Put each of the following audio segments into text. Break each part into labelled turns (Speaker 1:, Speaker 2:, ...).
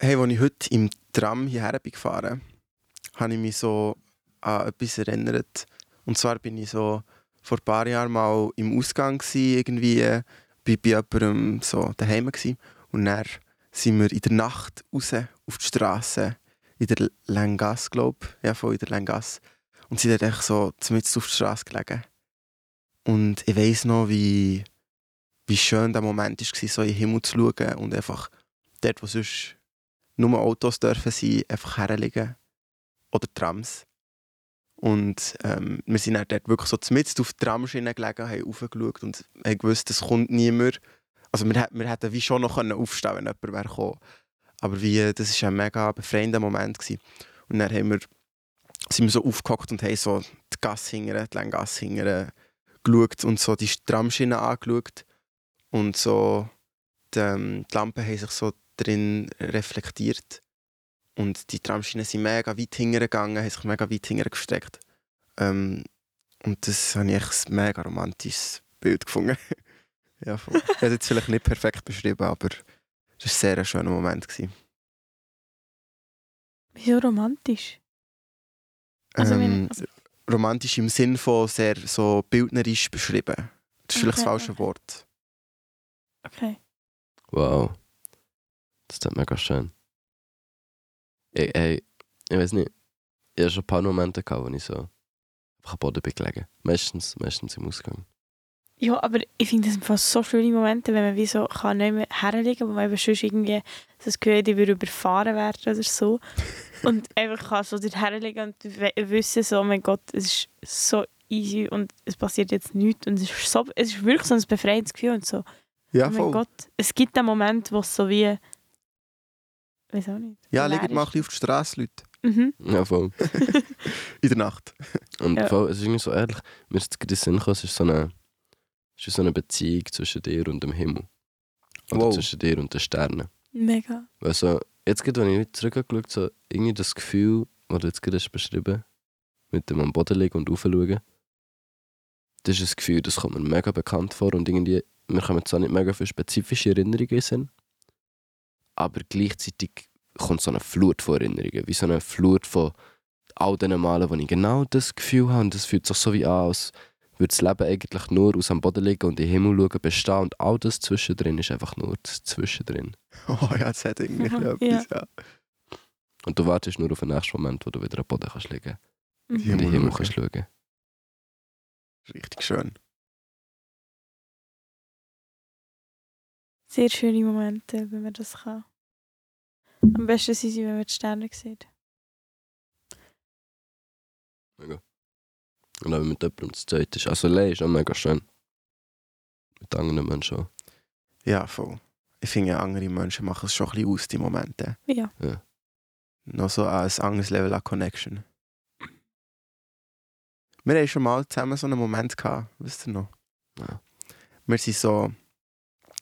Speaker 1: Hey, als ich heute im Tram hierher bin gefahren habe ich mich so an etwas erinnert. Und zwar bin ich so vor ein paar Jahren mal im Ausgang gsi irgendwie äh, bei, bei jemandem so daheim gsi und dann sind wir in der Nacht raus auf die Straße in der Langasse glaube ja voll in der Langasse und sind dann echt so zumindest auf der Straße gelegen und ich weiß noch wie wie schön der Moment war, so in den Himmel zu schauen und einfach dort wo sonst nur Autos dürfen sein einfach herliegen oder Trams und ähm, wir sind dann dort wirklich so mitten auf die Tramschiene gelegen, haben raufgeschaut und haben gewusst, es kommt niemand. Also wir, hä- wir hätten wie schon noch können aufstehen wenn jemand wäre gekommen. Aber wie, äh, das war ein mega befreiender Moment. Gewesen. Und dann haben wir, sind wir so aufgehockt und haben so die Gasse hingere, die Langgasse hingere geschaut und so die Tramschiene angeschaut. Und so die, ähm, die Lampen haben sich so drin reflektiert. Und die Tramschienen sind mega weit hingegangen, haben sich mega weit hinten gestreckt. Ähm, und das habe ich echt ein mega romantisches Bild gefunden. ja, voll. Ich habe es jetzt vielleicht nicht perfekt beschrieben, aber es war sehr ein schöner Moment. Gewesen.
Speaker 2: Wieso romantisch? Also wenn-
Speaker 1: ähm,
Speaker 2: also-
Speaker 1: romantisch im Sinn von sehr so bildnerisch beschrieben. Das ist vielleicht das
Speaker 2: Okay,
Speaker 1: falsche
Speaker 2: okay.
Speaker 1: Wort.
Speaker 2: Okay.
Speaker 3: Wow. Das ist mega schön. Ey, ey, ich weiß nicht. Ich hatte schon ein paar Momente, gehabt, wo ich so einfach am Boden bin gelegen. Meistens, meistens im Ausgang.
Speaker 2: Ja, aber ich finde das im Fall so schöne Momente, wenn man wie so kann nicht mehr herlegen, wo man eben sonst irgendwie so das Gefühl hat, ich würde überfahren werden oder so. und einfach kann so herlegen und we- wissen so, oh mein Gott, es ist so easy und es passiert jetzt nichts. Und es ist, so, es ist wirklich so ein befreiendes Gefühl und so.
Speaker 1: Ja,
Speaker 2: oh mein
Speaker 1: voll.
Speaker 2: Gott, es gibt einen Moment, wo es so wie... Weiß auch nicht.
Speaker 1: Ja,
Speaker 2: leer
Speaker 1: liegt mal ein
Speaker 2: ist.
Speaker 1: bisschen auf die Straße, Leute.
Speaker 2: Mhm.
Speaker 3: Ja, voll.
Speaker 1: In der Nacht.
Speaker 3: Und
Speaker 2: Ja.
Speaker 3: voll, es ist irgendwie so ehrlich, mir ist jetzt gerade in den Sinn gekommen, es ist so eine, es ist so eine Beziehung zwischen dir und dem Himmel. Oder
Speaker 1: Wow.
Speaker 3: zwischen dir und den Sternen.
Speaker 2: Mega.
Speaker 3: Weil so, jetzt gerade, wenn ich zurückgeschaut so irgendwie das Gefühl, was du jetzt gerade hast beschrieben mit dem am Boden liegen und raufschauen, das ist ein Gefühl, das kommt mir mega bekannt vor und irgendwie, mir kommen zwar nicht mega viele spezifische Erinnerungen in den Sinn, aber gleichzeitig kommt so eine Flut von Erinnerungen, wie so eine Flut von all den Malen, wo ich genau das Gefühl habe und das fühlt sich so wie an, als würde das Leben eigentlich nur aus am Boden liegen und in den Himmel schauen bestehen und all das zwischendrin ist einfach nur das Zwischendrin.
Speaker 1: Oh ja, das hat irgendwie
Speaker 2: Mhm,
Speaker 1: etwas. Ja.
Speaker 3: Und du wartest nur auf den nächsten Moment, wo du wieder am Boden kannst liegen
Speaker 1: Ja,
Speaker 2: Mhm.
Speaker 3: und in
Speaker 1: mal
Speaker 3: den Himmel
Speaker 1: schauen.
Speaker 3: kannst schauen.
Speaker 1: Richtig schön.
Speaker 2: Sehr schöne Momente, wenn man das kann. Am besten sind sie, wenn man die Sterne sieht.
Speaker 3: Und wenn man mit jemandem zu zweit ist. Also allein ist auch mega schön. Mit anderen Menschen auch.
Speaker 1: Ja, voll. Ich finde, ja, andere Menschen machen es schon ein bisschen aus, die Momente.
Speaker 2: Ja.
Speaker 1: noch so ein anderes Level an Connection. Wir hatten schon mal zusammen so einen Moment, gehabt, wisst ihr noch?
Speaker 3: Ja.
Speaker 1: Wir sind so,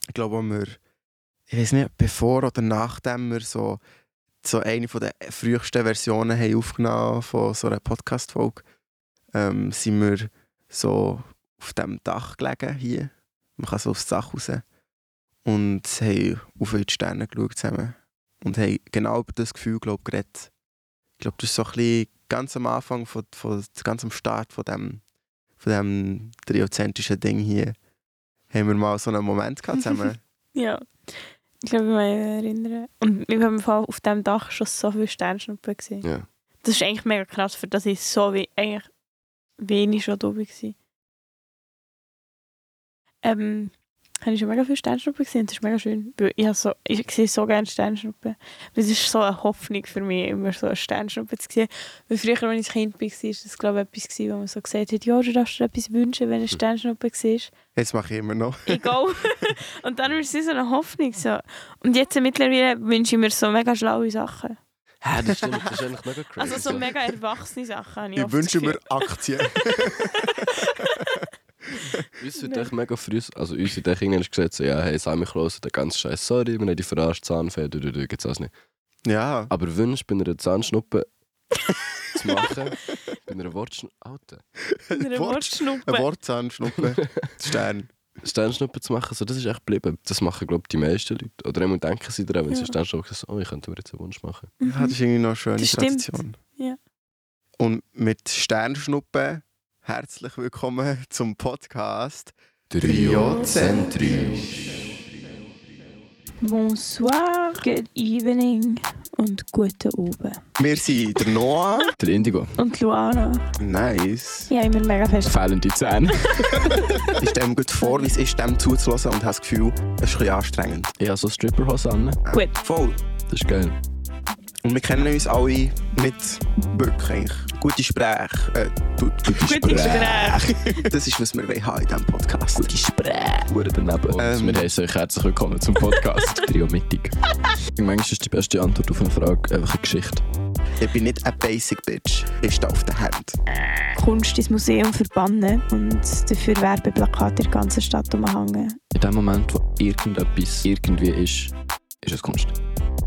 Speaker 1: ich glaube, als wir, ich weiß nicht, bevor oder nachdem wir so, so eine von der frühesten Versionen haben aufgenommen von so einer Podcast-Folge, ähm, sind wir so auf dem Dach gelegen hier. Man kann so aufs Dach raus. Und haben auf die Sterne geschaut zusammen und haben genau über das Gefühl glaub, geredet. Ich glaube, das ist so ein bisschen ganz am Anfang, von, von, ganz am Start von dem, von dem triozentrischen Ding hier, haben wir mal so einen Moment gehabt zusammen.
Speaker 2: Ja. Ich glaube, ich kann mich erinnern. Und wir haben im Fall auf diesem Dach schon so viele Sternschnuppen gesehen.
Speaker 3: Ja.
Speaker 2: Das ist eigentlich mega krass, für das ich so wie, eigentlich wenig schon da war. Ähm, habe ich schon mega viele Sternschnuppen gesehen. Das ist mega schön. weil Ich, habe so, ich sehe so gerne Sternschnuppen. Weil Es ist so eine Hoffnung für mich, immer so eine Sternschnuppe zu sehen. Weil früher, als ich ein Kind war, war das glaube ich etwas, gewesen, wo man so gesagt hat, ja, du darfst dir etwas wünschen, wenn du eine Sternschnuppe siehst.
Speaker 1: Jetzt mache ich immer noch.
Speaker 2: Egal. Und dann war es wie so eine Hoffnung. So. Und jetzt mittlerweile wünsche ich mir so mega schlaue Sachen.
Speaker 3: Hä, das stimmt, das ist eigentlich mega crazy.
Speaker 2: Also so mega erwachsene Sachen habe ich,
Speaker 1: Ich
Speaker 2: oft das
Speaker 1: wünsche mir
Speaker 2: Gefühl.
Speaker 1: Aktien.
Speaker 3: Uns wird echt mega früh, also uns wird echt irgendwann gesagt, so, ja, hey, Sammy Klaus, der ganze Scheiß, sorry, wir haben die verarscht, Zahnfee, du, du, du, gibt's alles nicht.
Speaker 1: ja.
Speaker 3: Aber Wünsche bei einer Zahnschnuppe zu machen, bei einer Wortschnuppe, Alter.
Speaker 1: Wort,
Speaker 2: Eine Wortschnuppe.
Speaker 1: ein Wortzahnschnuppe. Stern.
Speaker 3: Sternschnuppen zu machen, so, das ist echt geblieben. Das machen, glaube ich, die meisten Leute. Oder einmal denken sie daran, wenn sie
Speaker 2: Ja.
Speaker 3: Sternschnuppen sagen, oh, ich könnte mir jetzt einen Wunsch machen.
Speaker 1: Ja, das ist irgendwie noch eine schöne
Speaker 2: Mhm. Das stimmt.
Speaker 1: Tradition.
Speaker 2: Ja.
Speaker 1: Und mit Sternschnuppen herzlich willkommen zum Podcast.
Speaker 2: Bonsoir, good evening und guten Abend.
Speaker 1: Wir sind der Noah.
Speaker 3: Der Indigo.
Speaker 2: Und Luana,
Speaker 1: Nice.
Speaker 2: ja, immer mega fest.
Speaker 3: Fehlende Zähne.
Speaker 1: Ist dem gut vor, wie es ist, dem zuzulassen und hast das Gefühl, es ist ein bisschen anstrengend.
Speaker 3: Ich habe so Stripperhose an.
Speaker 2: Gut.
Speaker 1: Voll.
Speaker 3: Das ist geil.
Speaker 1: Und wir kennen uns alle nicht wirklich. eigentlich. Gute Gespräche. Äh, du, gute
Speaker 2: Gute Gespräche.
Speaker 1: Das ist, was wir wollen haben in diesem Podcast. Gute Gespräche.
Speaker 3: Hure daneben. Und
Speaker 1: Ähm.
Speaker 3: wir heißen euch herzlich willkommen zum Podcast Trio Mittig. Manchmal ist die beste Antwort auf eine Frage einfach eine Geschichte.
Speaker 1: Ich bin nicht ein Basic Bitch. Ist da auf der Hand.
Speaker 2: Kunst ins Museum verbannen und dafür Werbeplakate in der ganzen Stadt umhängen.
Speaker 3: In dem Moment, wo irgendetwas irgendwie ist, ist es Kunst.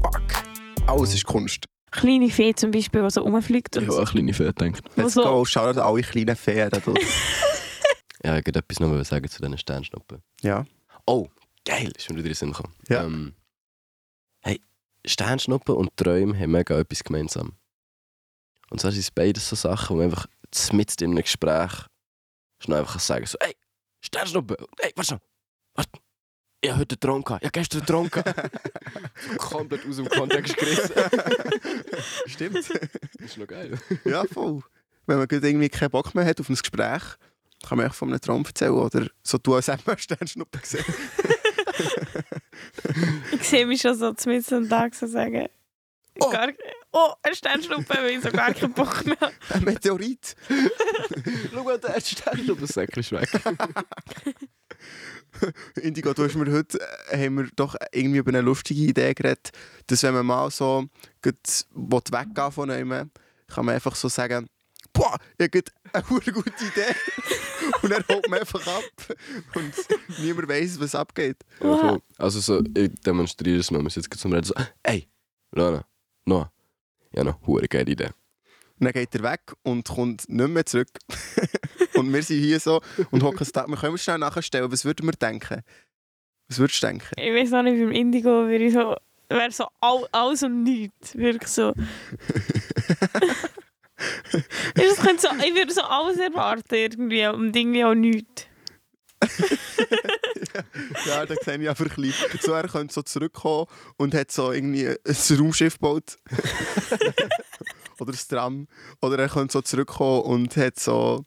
Speaker 1: Fuck. Alles ist Kunst.
Speaker 2: Kleine Fee zum Beispiel, die so rumfliegt
Speaker 3: Ich
Speaker 2: und
Speaker 3: habe auch eine kleine Fehler gedacht.
Speaker 1: Let's
Speaker 2: Also-
Speaker 1: go. Schau dir alle kleinen Fähren an.
Speaker 3: Ja, ich wollte etwas noch sagen zu diesen Sternschnuppen.
Speaker 1: Ja.
Speaker 3: Oh, geil, ist mir wieder in den Sinn gekommen.
Speaker 1: Ja.
Speaker 3: Ähm, hey, Sternschnuppen und Träume haben mega etwas gemeinsam. Und zwar sind es beides so Sachen, wo man einfach mitten in einem Gespräch schnell einfach sagen kann, so, hey, Sternschnuppen, hey, warte schnell, warte, ich habe heute einen Traum gehabt, ich habe gestern einen Traum gehabt. Komplett aus dem Kontext gerissen.
Speaker 1: Stimmt.
Speaker 3: Das ist noch geil.
Speaker 1: Ja, voll. Wenn man gerade irgendwie keinen Bock mehr hat auf ein Gespräch, kann man echt von einem Traum erzählen. Oder so du als hättest du einen Sternschnuppen gesehen.
Speaker 2: ich sehe mich schon so mitten am Tag so sagen.
Speaker 1: Oh.
Speaker 2: Gar, oh, eine Sternschnuppe, weil ich so gar keinen Bock mehr habe.
Speaker 1: Ein Meteorit.
Speaker 3: Schau mal, der Sternschnuppensäckchen ist weg.
Speaker 1: Indigo, du hast mir heute äh, haben wir doch irgendwie über eine lustige Idee geredet, dass wenn man mal so gut will weggehen von einem, kann man einfach so sagen, boah, ich habe gerade eine verdammt gute Idee. und dann holt man einfach ab und niemand weiß, was abgeht.
Speaker 3: Ja,
Speaker 2: Wow.
Speaker 3: voll. Also so, ich demonstriere es mal, wir sitzen jetzt zum Reden so, ey, Lana, Noah, ich habe eine hure geile Idee.
Speaker 1: Und dann geht er weg und kommt nicht mehr zurück. und wir sind hier so und hocken uns da. Wir können schnell nachstellen, was würden wir denken? Was würdest du denken?
Speaker 2: Ich weiß noch nicht, beim Indigo wäre ich so, wäre so all, alles und nichts. Wirklich so. Ich, könnte so, ich würde so alles erwarten irgendwie und irgendwie auch nichts.
Speaker 1: ja, da sehe ich einfach ein bisschen. So, er könnte so zurückkommen und hat so irgendwie ein Raumschiff gebaut. oder ein Tram. Oder er könnte so zurückkommen und hat so...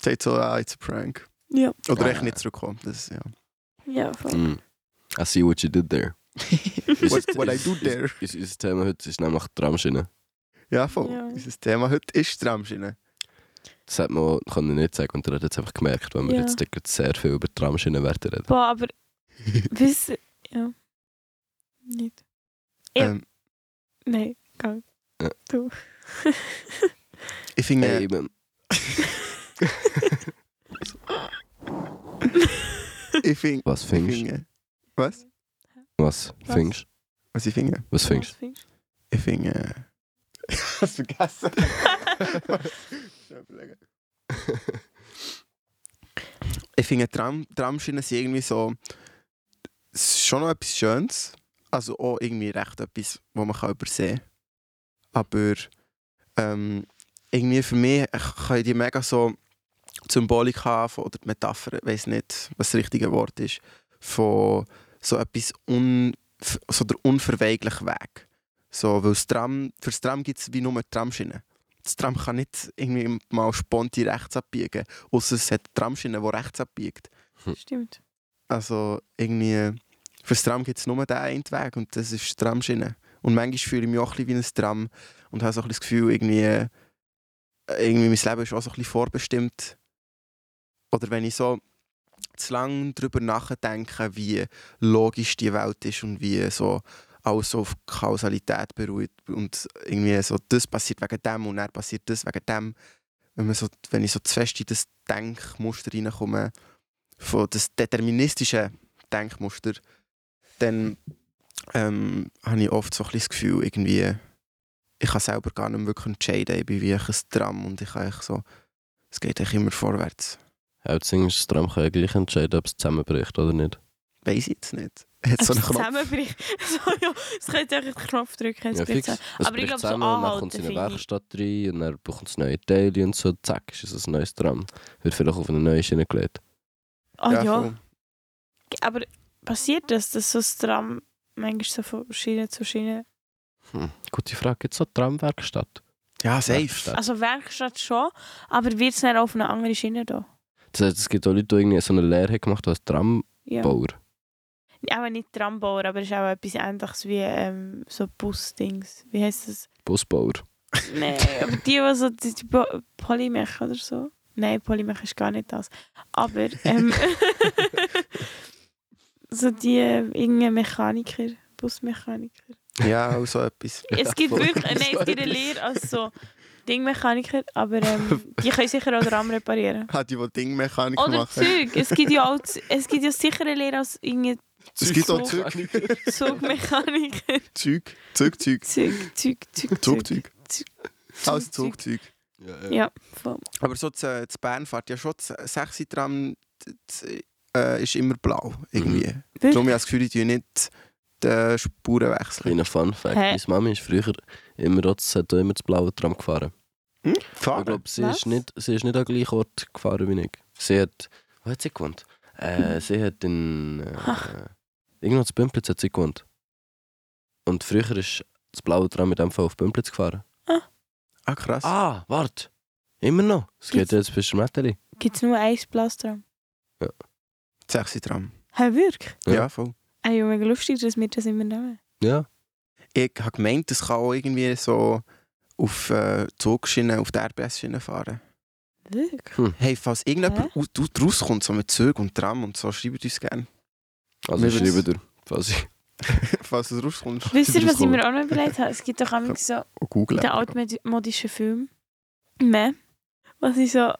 Speaker 1: Sagt so, ah, it's a prank.
Speaker 2: Ja.
Speaker 1: Oder
Speaker 3: Ah.
Speaker 1: echt nicht zurückkommen. Das, ja.
Speaker 2: Ja, voll.
Speaker 3: Mm. I see what you did there.
Speaker 1: what, what I do there.
Speaker 3: Ist, ist, das Thema heute ist nämlich die Tramschiene.
Speaker 1: Ja, voll.
Speaker 2: Ja.
Speaker 1: Unser Thema heute ist die Tramschiene.
Speaker 3: Das hätte man auch können nicht sagen und er hat jetzt einfach gemerkt, weil wir
Speaker 2: Ja.
Speaker 3: jetzt gerade sehr viel über die Tramschiene werden reden.
Speaker 2: Boah, aber wisst ja. Nicht. Ja.
Speaker 1: Ähm,
Speaker 2: Nein, gang.
Speaker 3: Ja.
Speaker 2: Du.
Speaker 1: ich finde...
Speaker 3: Hey, man,
Speaker 1: Ich finde...
Speaker 3: was
Speaker 1: Ich
Speaker 3: fängst
Speaker 1: finde... Was?
Speaker 3: Was
Speaker 2: Was?
Speaker 3: fängst
Speaker 1: Was ich finde?
Speaker 3: Was fängst
Speaker 1: Ich finde. Ich hab's vergessen. ich finde, Tram, Tramschienen sind irgendwie so. es ist schon noch etwas Schönes. Also auch irgendwie recht etwas, was man kann übersehen kann. Aber ähm, irgendwie für mich kann die mega so die Symbolik haben von, oder die Metapher, ich weiß nicht, was das richtige Wort ist, von so etwas un, so der unverweichlichen Weg. So, weil das Tram, für das Tram gibt es wie nur Tramschienen. Das Tram kann nicht irgendwie mal spontan rechts abbiegen, außer es hat Tramschienen, die rechts abbiegt.
Speaker 2: Stimmt.
Speaker 1: Also irgendwie, äh, für das Tram gibt es nur den einen Weg und das ist die Tramschiene. Und manchmal fühle ich mich auch ein bisschen wie ein Tram und habe so ein bisschen das Gefühl, irgendwie, äh, irgendwie mein Leben ist auch so ein bisschen vorbestimmt. Oder wenn ich so zu lange darüber nachdenke, wie logisch die Welt ist und wie so alles so auf Kausalität beruht und irgendwie so, das passiert wegen dem und dann passiert das wegen dem. Wenn, man so, wenn ich so zu fest in das Denkmuster reinkomme, von das deterministische Denkmuster, dann ähm, habe ich oft so ein bisschen das Gefühl, irgendwie, ich kann selber gar nicht mehr wirklich entscheiden, ich bin wie ein Tram und ich kann eigentlich so, es geht eigentlich immer vorwärts.
Speaker 3: Hauptsächlich ist das Tram kann ja gleich entscheiden, ob es zusammenbricht oder nicht.
Speaker 1: Weiß ich jetzt nicht. Hat so
Speaker 2: Also
Speaker 1: einen Knopf.
Speaker 2: zusammenbricht. So, ja, es könnte einfach den Knopf drücken. jetzt
Speaker 3: Ja,
Speaker 2: geht's
Speaker 3: fix.
Speaker 2: auch.
Speaker 3: Es
Speaker 2: Aber ich
Speaker 3: bricht
Speaker 2: glaube, so
Speaker 3: zusammen und dann kommt
Speaker 2: anhalten,
Speaker 3: es in eine
Speaker 2: finde ich.
Speaker 3: Werkstatt rein und dann bekommt es neue Teile und so. Zack, ist es ein neues Tram. Wird vielleicht auf eine neue Schiene gelegt.
Speaker 2: Ah ja,
Speaker 1: voll.
Speaker 2: aber passiert das, dass so das Tram manchmal so von Schiene zu Schiene...
Speaker 3: Hm. Gute Frage. Gibt es so eine Tramwerkstatt?
Speaker 1: ja safe.
Speaker 3: Werkstatt.
Speaker 2: Also Werkstatt schon, aber wird es dann auch auf eine andere Schiene da?
Speaker 3: Das heißt, es gibt auch Leute, die irgendwie so eine Lehre haben gemacht haben als Trambauer.
Speaker 2: Ja. Auch nicht Trambauer, aber es ist auch etwas ähnliches wie ähm, so Busdings. Wie heisst das?
Speaker 3: Busbauer.
Speaker 2: Nein, aber die, die so die, die Po- Polymech oder so. Nein, Polymech ist gar nicht das. Aber ähm, so die äh, irgendein Mechaniker, Busmechaniker.
Speaker 1: Ja, auch so etwas.
Speaker 2: Es gibt
Speaker 3: voll.
Speaker 2: wirklich, äh, nein, es gibt eine Lehre als so Dingmechaniker, aber ähm, die können sicher auch den Rahmen reparieren.
Speaker 1: Hat die, die Dingmechanik
Speaker 2: Oder
Speaker 1: machen.
Speaker 2: Züge. Es gibt ja auch, Z- es gibt ja sicher eine Lehre als irgendein
Speaker 1: Es gibt auch Zeug,
Speaker 3: Zug.
Speaker 2: Zugmechaniker.
Speaker 1: Zeug, Zeug, Zeug,
Speaker 2: Zug, Zug, Zug,
Speaker 1: Zug, Zeug.
Speaker 2: Zug.
Speaker 1: Alles Zugzeug.
Speaker 2: Ja. Voll.
Speaker 1: Aber so zu, zu Bern fährt ja schon das 6 Tram z- z- äh, ist immer blau. Irgendwie.
Speaker 2: Wirklich?
Speaker 1: Darum habe ich das Gefühl, ich tue nicht die Spuren wechseln.
Speaker 3: Kleiner Fun Fact.
Speaker 2: Hä?
Speaker 3: Meine Mami ist früher immer, das, hat auch immer das blaue Tram gefahren.
Speaker 1: Hm?
Speaker 3: Ich
Speaker 1: Fahren?
Speaker 3: glaube, sie,
Speaker 2: Was?
Speaker 3: ist nicht- sie ist nicht an den gleichen Ort gefahren wie ich. Sie hat. Wo hat sie gewohnt?
Speaker 2: Mhm.
Speaker 3: Äh, sie hat in. Äh, irgendwo zu Bümplitz hat sie gewohnt. Und früher ist das blaue Tram mit dem Fall auf Bümplitz gefahren.
Speaker 1: Ah, krass.
Speaker 3: Ah, warte! Immer noch! Es geht jetzt bis zum Mädchen.
Speaker 2: Gibt es nur ein Blastram?
Speaker 1: Das 6 Tram.
Speaker 2: Hä, wirklich?
Speaker 1: Ja,
Speaker 3: Ja.
Speaker 1: voll.
Speaker 2: Ey, ja, mega lustig, dass wir das immer nehmen.
Speaker 3: Ja.
Speaker 1: Ich habe gemeint, das kann auch irgendwie so auf äh, Zugschienen, auf der RBS-Schiene fahren.
Speaker 2: Wirklich?
Speaker 3: Hm.
Speaker 1: Hey, falls irgendjemand aus- aus- rauskommt, so mit Zug und Tram und so, schreibt uns gerne.
Speaker 3: Also
Speaker 1: Wir
Speaker 3: ich
Speaker 1: würden's-
Speaker 3: schreibe dir. Falls ich.
Speaker 1: falls du rauskommst.
Speaker 2: Wisst ihr, was ich
Speaker 3: Rauskommen.
Speaker 2: mir auch noch überlegt habe? Es gibt doch auch so
Speaker 1: Oh, Google.
Speaker 2: den altmodischen Film. Meh. Was ich so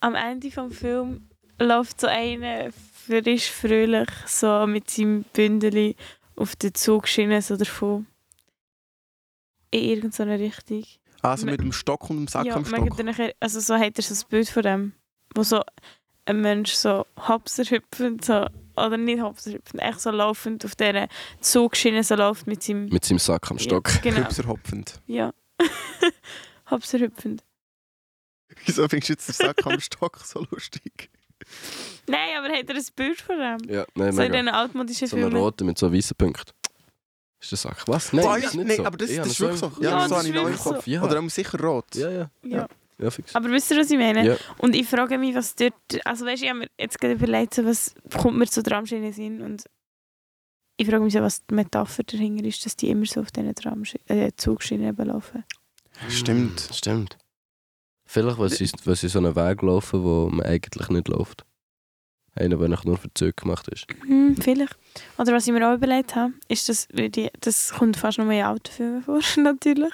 Speaker 2: am Ende vom Film läuft so einer frisch fröhlich so mit seinem Bündeli auf der Zugschiene so davon. In irgendeiner Richtung.
Speaker 1: Also mit dem Stock und dem Sack
Speaker 2: ja,
Speaker 1: am
Speaker 2: man
Speaker 1: Stock.
Speaker 2: gibt dann nachher- also so hat er so ein Bild von dem, wo so ein Mensch so hopser hüpfend, so, oder nicht hopser hüpfend, echt so laufend auf dieser Zugschiene so läuft mit seinem...
Speaker 3: Mit seinem Sack am Stock.
Speaker 2: Ja, genau,
Speaker 1: Hübser hopfend.
Speaker 2: ja. hopser hüpfend.
Speaker 1: Wieso findest du jetzt den Sack am Stock so lustig?
Speaker 2: Nein, aber hat er ein Bild von dem?
Speaker 3: Ja, nein,
Speaker 2: so in
Speaker 3: mega.
Speaker 2: diesen altmodischen
Speaker 3: So einen
Speaker 2: Filmen.
Speaker 3: roten mit so weißen Punkten. Ist der Sack? Was? Nein,
Speaker 1: Boah,
Speaker 3: das
Speaker 1: ja,
Speaker 3: ist nicht
Speaker 1: nein,
Speaker 3: so.
Speaker 1: aber das-
Speaker 3: Ich
Speaker 1: das
Speaker 3: habe
Speaker 1: ist wirklich
Speaker 3: selber-
Speaker 1: so. Ja,
Speaker 2: das
Speaker 1: habe ich noch im
Speaker 2: wirklich so.
Speaker 1: Kopf.
Speaker 3: Ja.
Speaker 1: Oder er muss sicher rot.
Speaker 3: Ja, ja.
Speaker 2: Ja.
Speaker 3: Ja, fix.
Speaker 2: Aber wisst ihr, was ich meine?
Speaker 3: Ja.
Speaker 2: Und ich frage mich, was dort... Also weißt du, ich habe mir jetzt gerade überlegt, so, was kommt mir zu Tramschienen hin und ich frage mich so, was die Metapher dahinter ist, dass die immer so auf diesen Tramsch äh, Zugschienen eben laufen.
Speaker 1: Stimmt.
Speaker 3: Hm, Stimmt. Vielleicht, weil sie, weil sie so einen Weg laufen, wo man eigentlich nicht läuft. Einer, der eigentlich nur für Züge gemacht ist.
Speaker 2: Hm, vielleicht. Oder was ich mir auch überlegt habe, ist, dass weil die, das kommt fast nur in Autofilmen vor, natürlich.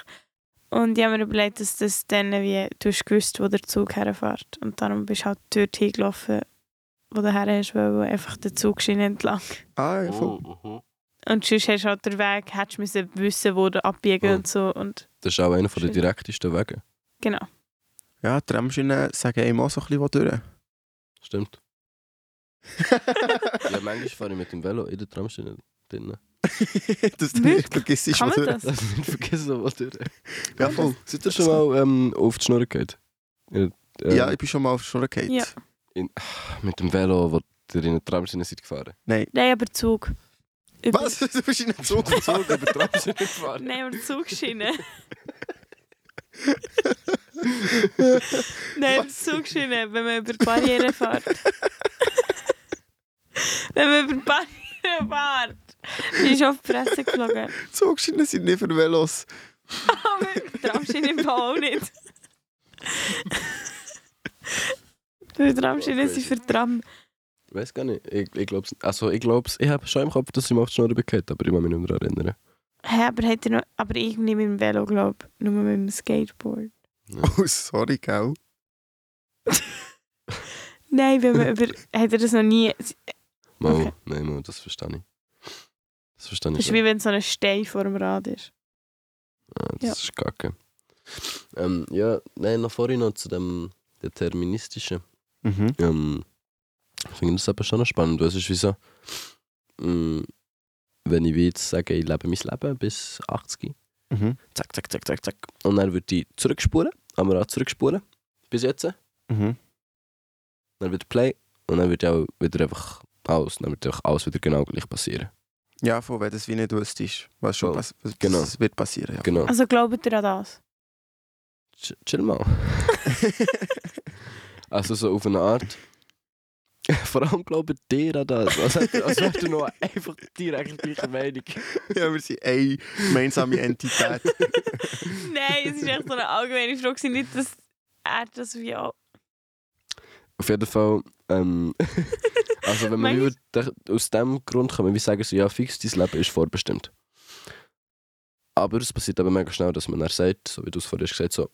Speaker 2: Und ich habe mir überlegt, dass das dann wie, du hast gewusst, wo der Zug herfährt. Und darum bist du halt dort hingelaufen, wo du her hast, weil einfach der Zugschienen entlang.
Speaker 1: Ah,
Speaker 3: Oh.
Speaker 1: ja, voll.
Speaker 2: Und sonst hast du halt den Weg, hättest du müssen wissen, wo du abbiegen
Speaker 3: Mhm.
Speaker 2: und so. Und
Speaker 3: Das ist auch einer der
Speaker 2: Shit.
Speaker 3: direktesten Wege.
Speaker 2: genau.
Speaker 1: Ja, die Tramschienen sagen einem auch so ein bisschen was durch.
Speaker 3: Stimmt. Ja, manchmal fahre ich mit dem Velo in der Tramschiene drin.
Speaker 1: Dass du nicht
Speaker 2: Wirklich?
Speaker 1: vergisst, was
Speaker 2: Kann man
Speaker 1: durch.
Speaker 2: das?
Speaker 3: Das nicht vergessen, was durch.
Speaker 1: Ja, voll.
Speaker 3: Seid ihr schon mal ähm, auf die Schnur geht?
Speaker 1: Ja, ich bin schon mal auf die Schnur gefallen.
Speaker 2: Ja.
Speaker 3: Mit dem Velo, wo ihr in der Tramschiene seid gefahren.
Speaker 2: Nein, aber Zug. Über-
Speaker 1: Was? Du bist in einem Zug gefahren?
Speaker 3: Zug über die Tramschiene gefahren.
Speaker 2: Nein, aber Zugschiene. Nein, aber Zugschiene, wenn man über die Barriere fährt. wenn man über die Barriere fährt. Bin ich auf die Presse geflogen.
Speaker 1: Zugschienen sind nicht für Velos.
Speaker 2: Aber die Tramschiene im Fall auch nicht. Die Tramschiene sind für die Tram.
Speaker 3: Ich weiß gar nicht. Ich, ich glaube Also, ich glaube Ich habe schon im Kopf, dass ich mal auf die Schnur bin, aber ich kann mich nicht mehr daran erinnern.
Speaker 2: Hä, aber, hat er noch, aber irgendwie mit dem Velo, glaube ich. Nur mit dem Skateboard.
Speaker 1: Oh, sorry, gell?
Speaker 2: Nein, wenn man über... Hat er das noch nie...
Speaker 3: Mal,
Speaker 2: Okay.
Speaker 3: nein, mal, das verstehe ich. Das verstehe
Speaker 2: Das
Speaker 3: ich.
Speaker 2: ist wie wenn so ein Stein vor dem Rad ist.
Speaker 3: schon. Ah, das ist kacke. Ähm, ja, nein, noch vorhin noch zu dem deterministischen.
Speaker 1: Mhm.
Speaker 3: Ähm, ich finde das aber schon noch spannend. weil Es ist wie so, mh, wenn ich wie jetzt sage, ich lebe mein Leben bis 80,
Speaker 1: Mhm.
Speaker 3: zack, zack, zack, zack, zack. Und dann würde ich zurückspulen, am Rad zurückspulen, bis jetzt.
Speaker 1: Mhm.
Speaker 3: Dann wird Play und dann wird auch wieder einfach alles, dann wird auch alles wieder genau gleich passieren.
Speaker 1: Ja, von wenn das wie nicht wüsstest, was schon
Speaker 3: Voll.
Speaker 1: pass was,
Speaker 3: Genau.
Speaker 1: das wird passieren. Ja.
Speaker 3: Genau.
Speaker 2: Also glaubt ihr an das?
Speaker 3: Ch- Chill mal. Also so auf eine Art. Vor allem glaube ich dir an das. Als hätt- als wärst also du noch einfach direkt gleicher Meinung.
Speaker 1: ja, wir sind eine gemeinsame Entität.
Speaker 2: Nein, es ist echt so eine allgemeine Frage, gewesen, nicht, dass er das wie auch...
Speaker 3: Auf jeden Fall, ähm, also wenn man
Speaker 2: Manchmal-
Speaker 3: wie würd- aus dem Grund kann man wie sagen, so, ja fix, dein Leben ist vorbestimmt. Aber es passiert eben mega schnell, dass man dann sagt, so wie du es vorhin gesagt hast, so,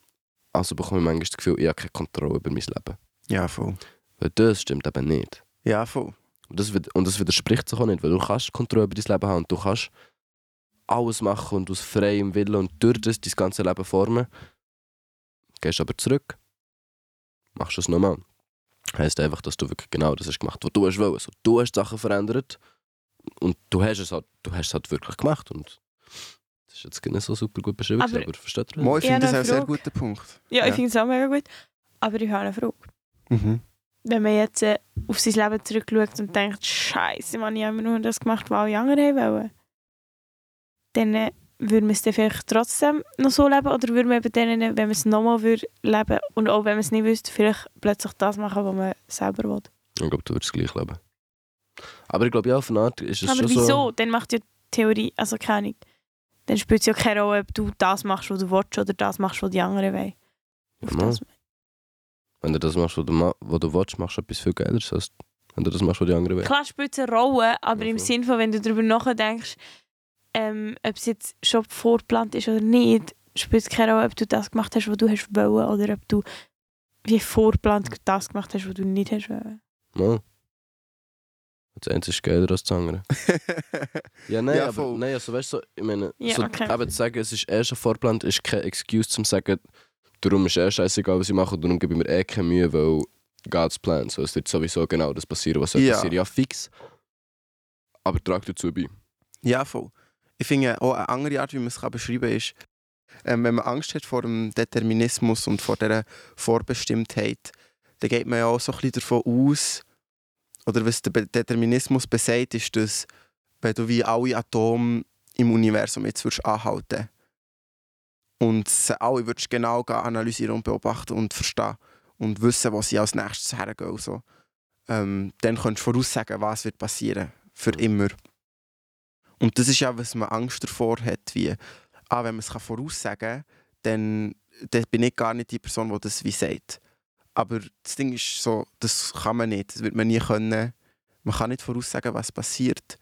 Speaker 3: also bekomme ich manchmal das Gefühl, ich habe keine Kontrolle über mein Leben.
Speaker 1: ja, voll.
Speaker 3: Weil das stimmt eben nicht.
Speaker 1: Ja, voll.
Speaker 3: Und das, wid- und das widerspricht sich auch nicht, weil du kannst Kontrolle über dein Leben haben und du kannst alles machen und aus freiem Willen und durch das dein ganze Leben formen. Gehst aber zurück, machst es nochmal. Heißt einfach, dass du wirklich genau das hast gemacht, was du hast wollen. So, du hast Sachen verändert und du hast es halt, du hast es halt wirklich gemacht. Und das ist jetzt nicht so super gut beschrieben,
Speaker 2: Aber-
Speaker 3: aber, aber versteht ihr?
Speaker 1: Mo, ich
Speaker 2: Ich habe
Speaker 1: finde das
Speaker 2: noch
Speaker 1: auch
Speaker 2: eine
Speaker 1: ein sehr
Speaker 2: Frage.
Speaker 1: guter Punkt.
Speaker 2: Ja,
Speaker 1: Ja.
Speaker 2: ich finde es auch mega gut. Aber ich habe eine Frage.
Speaker 1: Mhm.
Speaker 2: Wenn man jetzt äh, auf sein Leben zurückschaut und denkt, Scheiße, man, ich habe immer nur das gemacht, was alle anderen haben wollen, dann äh, würde man es dann vielleicht trotzdem noch so leben oder würde man eben dann, äh, wenn man es nochmal würde, leben und auch wenn man es nicht wüsste, vielleicht plötzlich das machen, was man selber will.
Speaker 3: Ich glaube, du würdest gleich leben. Aber ich glaube, ja, auf eine Art ist es
Speaker 2: Aber
Speaker 3: schon
Speaker 2: wieso?
Speaker 3: so.
Speaker 2: Dann macht ja die Theorie, also keine Ahnung, dann spielt es ja keine Rolle, ob du das machst, was du willst oder das machst, was die anderen wollen. Auf
Speaker 3: Ja, Mann.
Speaker 2: das-
Speaker 3: Wenn du das machst, was du, ma was du willst, machst du etwas viel geileres, als wenn du das machst, was die anderen wollen.
Speaker 2: Klar spielt es eine Rolle, aber
Speaker 3: Ja,
Speaker 2: im
Speaker 3: voll.
Speaker 2: Sinn von, wenn du darüber nachdenkst, ähm, ob es jetzt schon vorgeplant ist oder nicht, spielt es keine Rolle, ob du das gemacht hast, was du hast wollen oder ob du wie vorgeplant das gemacht hast, was du nicht hast wollen.
Speaker 3: Mal. Das eine ist geiler als das andere. Ja, nein,
Speaker 1: Ja,
Speaker 3: aber
Speaker 1: voll.
Speaker 3: nein, also weißt du, ich meine,
Speaker 2: Ja,
Speaker 3: so,
Speaker 2: okay.
Speaker 3: eben zu sagen, es ist eh schon vorgeplant, ist keine Excuse zum sagen, darum ist eh scheißegal, was ich mache, darum gebe ich mir eh keine Mühe, weil God's Plan, so, es wird sowieso genau das passieren, was soll
Speaker 1: Ja.
Speaker 3: passieren. Ja, fix. Aber trag dazu bei.
Speaker 1: Ja, voll. Ich finde auch eine andere Art, wie man es kann beschreiben kann, ist, ähm, wenn man Angst hat vor dem Determinismus und vor dieser Vorbestimmtheit, dann geht man ja auch so ein bisschen davon aus, oder was der Be- Determinismus besagt, ist, dass wenn du wie alle Atome im Universum jetzt würdest anhalten und sie alle würdest genau gehen analysieren und beobachten und verstehen und wissen, was sie als nächstes hergehen und so, ähm, dann kannst du voraussagen, was wird passieren, für immer. Und das ist ja, was man Angst davor hat, wie, ah, wenn man es kann voraussagen kann, dann, dann bin ich gar nicht die Person, die das wie sagt. Aber das Ding ist so, das kann man nicht, das wird man nie können. Man kann nicht voraussagen, was passiert.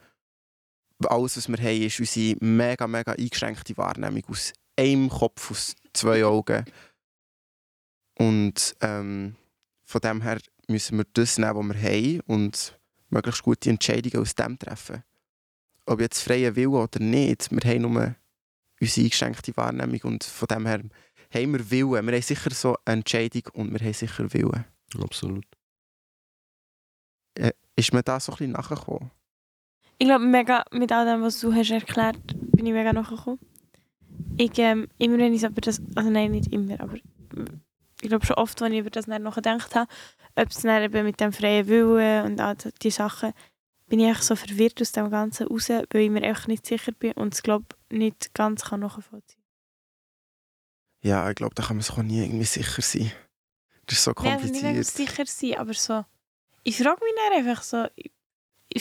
Speaker 1: Alles, was wir haben, ist unsere mega, mega eingeschränkte Wahrnehmung aus einem Kopf, aus zwei Augen. Und ähm, von dem her müssen wir das nehmen, was wir haben und möglichst gute Entscheidungen aus dem treffen ob jetzt freier Wille oder nicht, wir haben nur unsere eingeschränkte Wahrnehmung und von dem her haben wir Willen. Wir haben sicher so eine Entscheidung und wir haben sicher Willen.
Speaker 3: Absolut.
Speaker 1: Ist mir da so ein bisschen nachgekommen?
Speaker 2: Ich glaube, mega mit all dem, was du hast erklärt, bin ich mega nachgekommen. Ich, ähm, immer wenn ich so über das, also nein, nicht immer, aber ich glaube schon oft, wenn ich über das dann nachgedacht habe, ob es dann eben mit dem freien Willen und all die Sachen, bin ich echt dus so verwirrt aus dem Ganzen raus, weil ich mir echt nicht sicher bin und es glaube nicht ganz kann nachvollziehen.
Speaker 1: Ja, ich glaube, da kann man sich auch nie irgendwie sicher sein. Das ist so
Speaker 2: Nein, also nicht wegen
Speaker 1: kompliziert.
Speaker 2: sicher sein, aber so, ich frage mich dann einfach so, ich-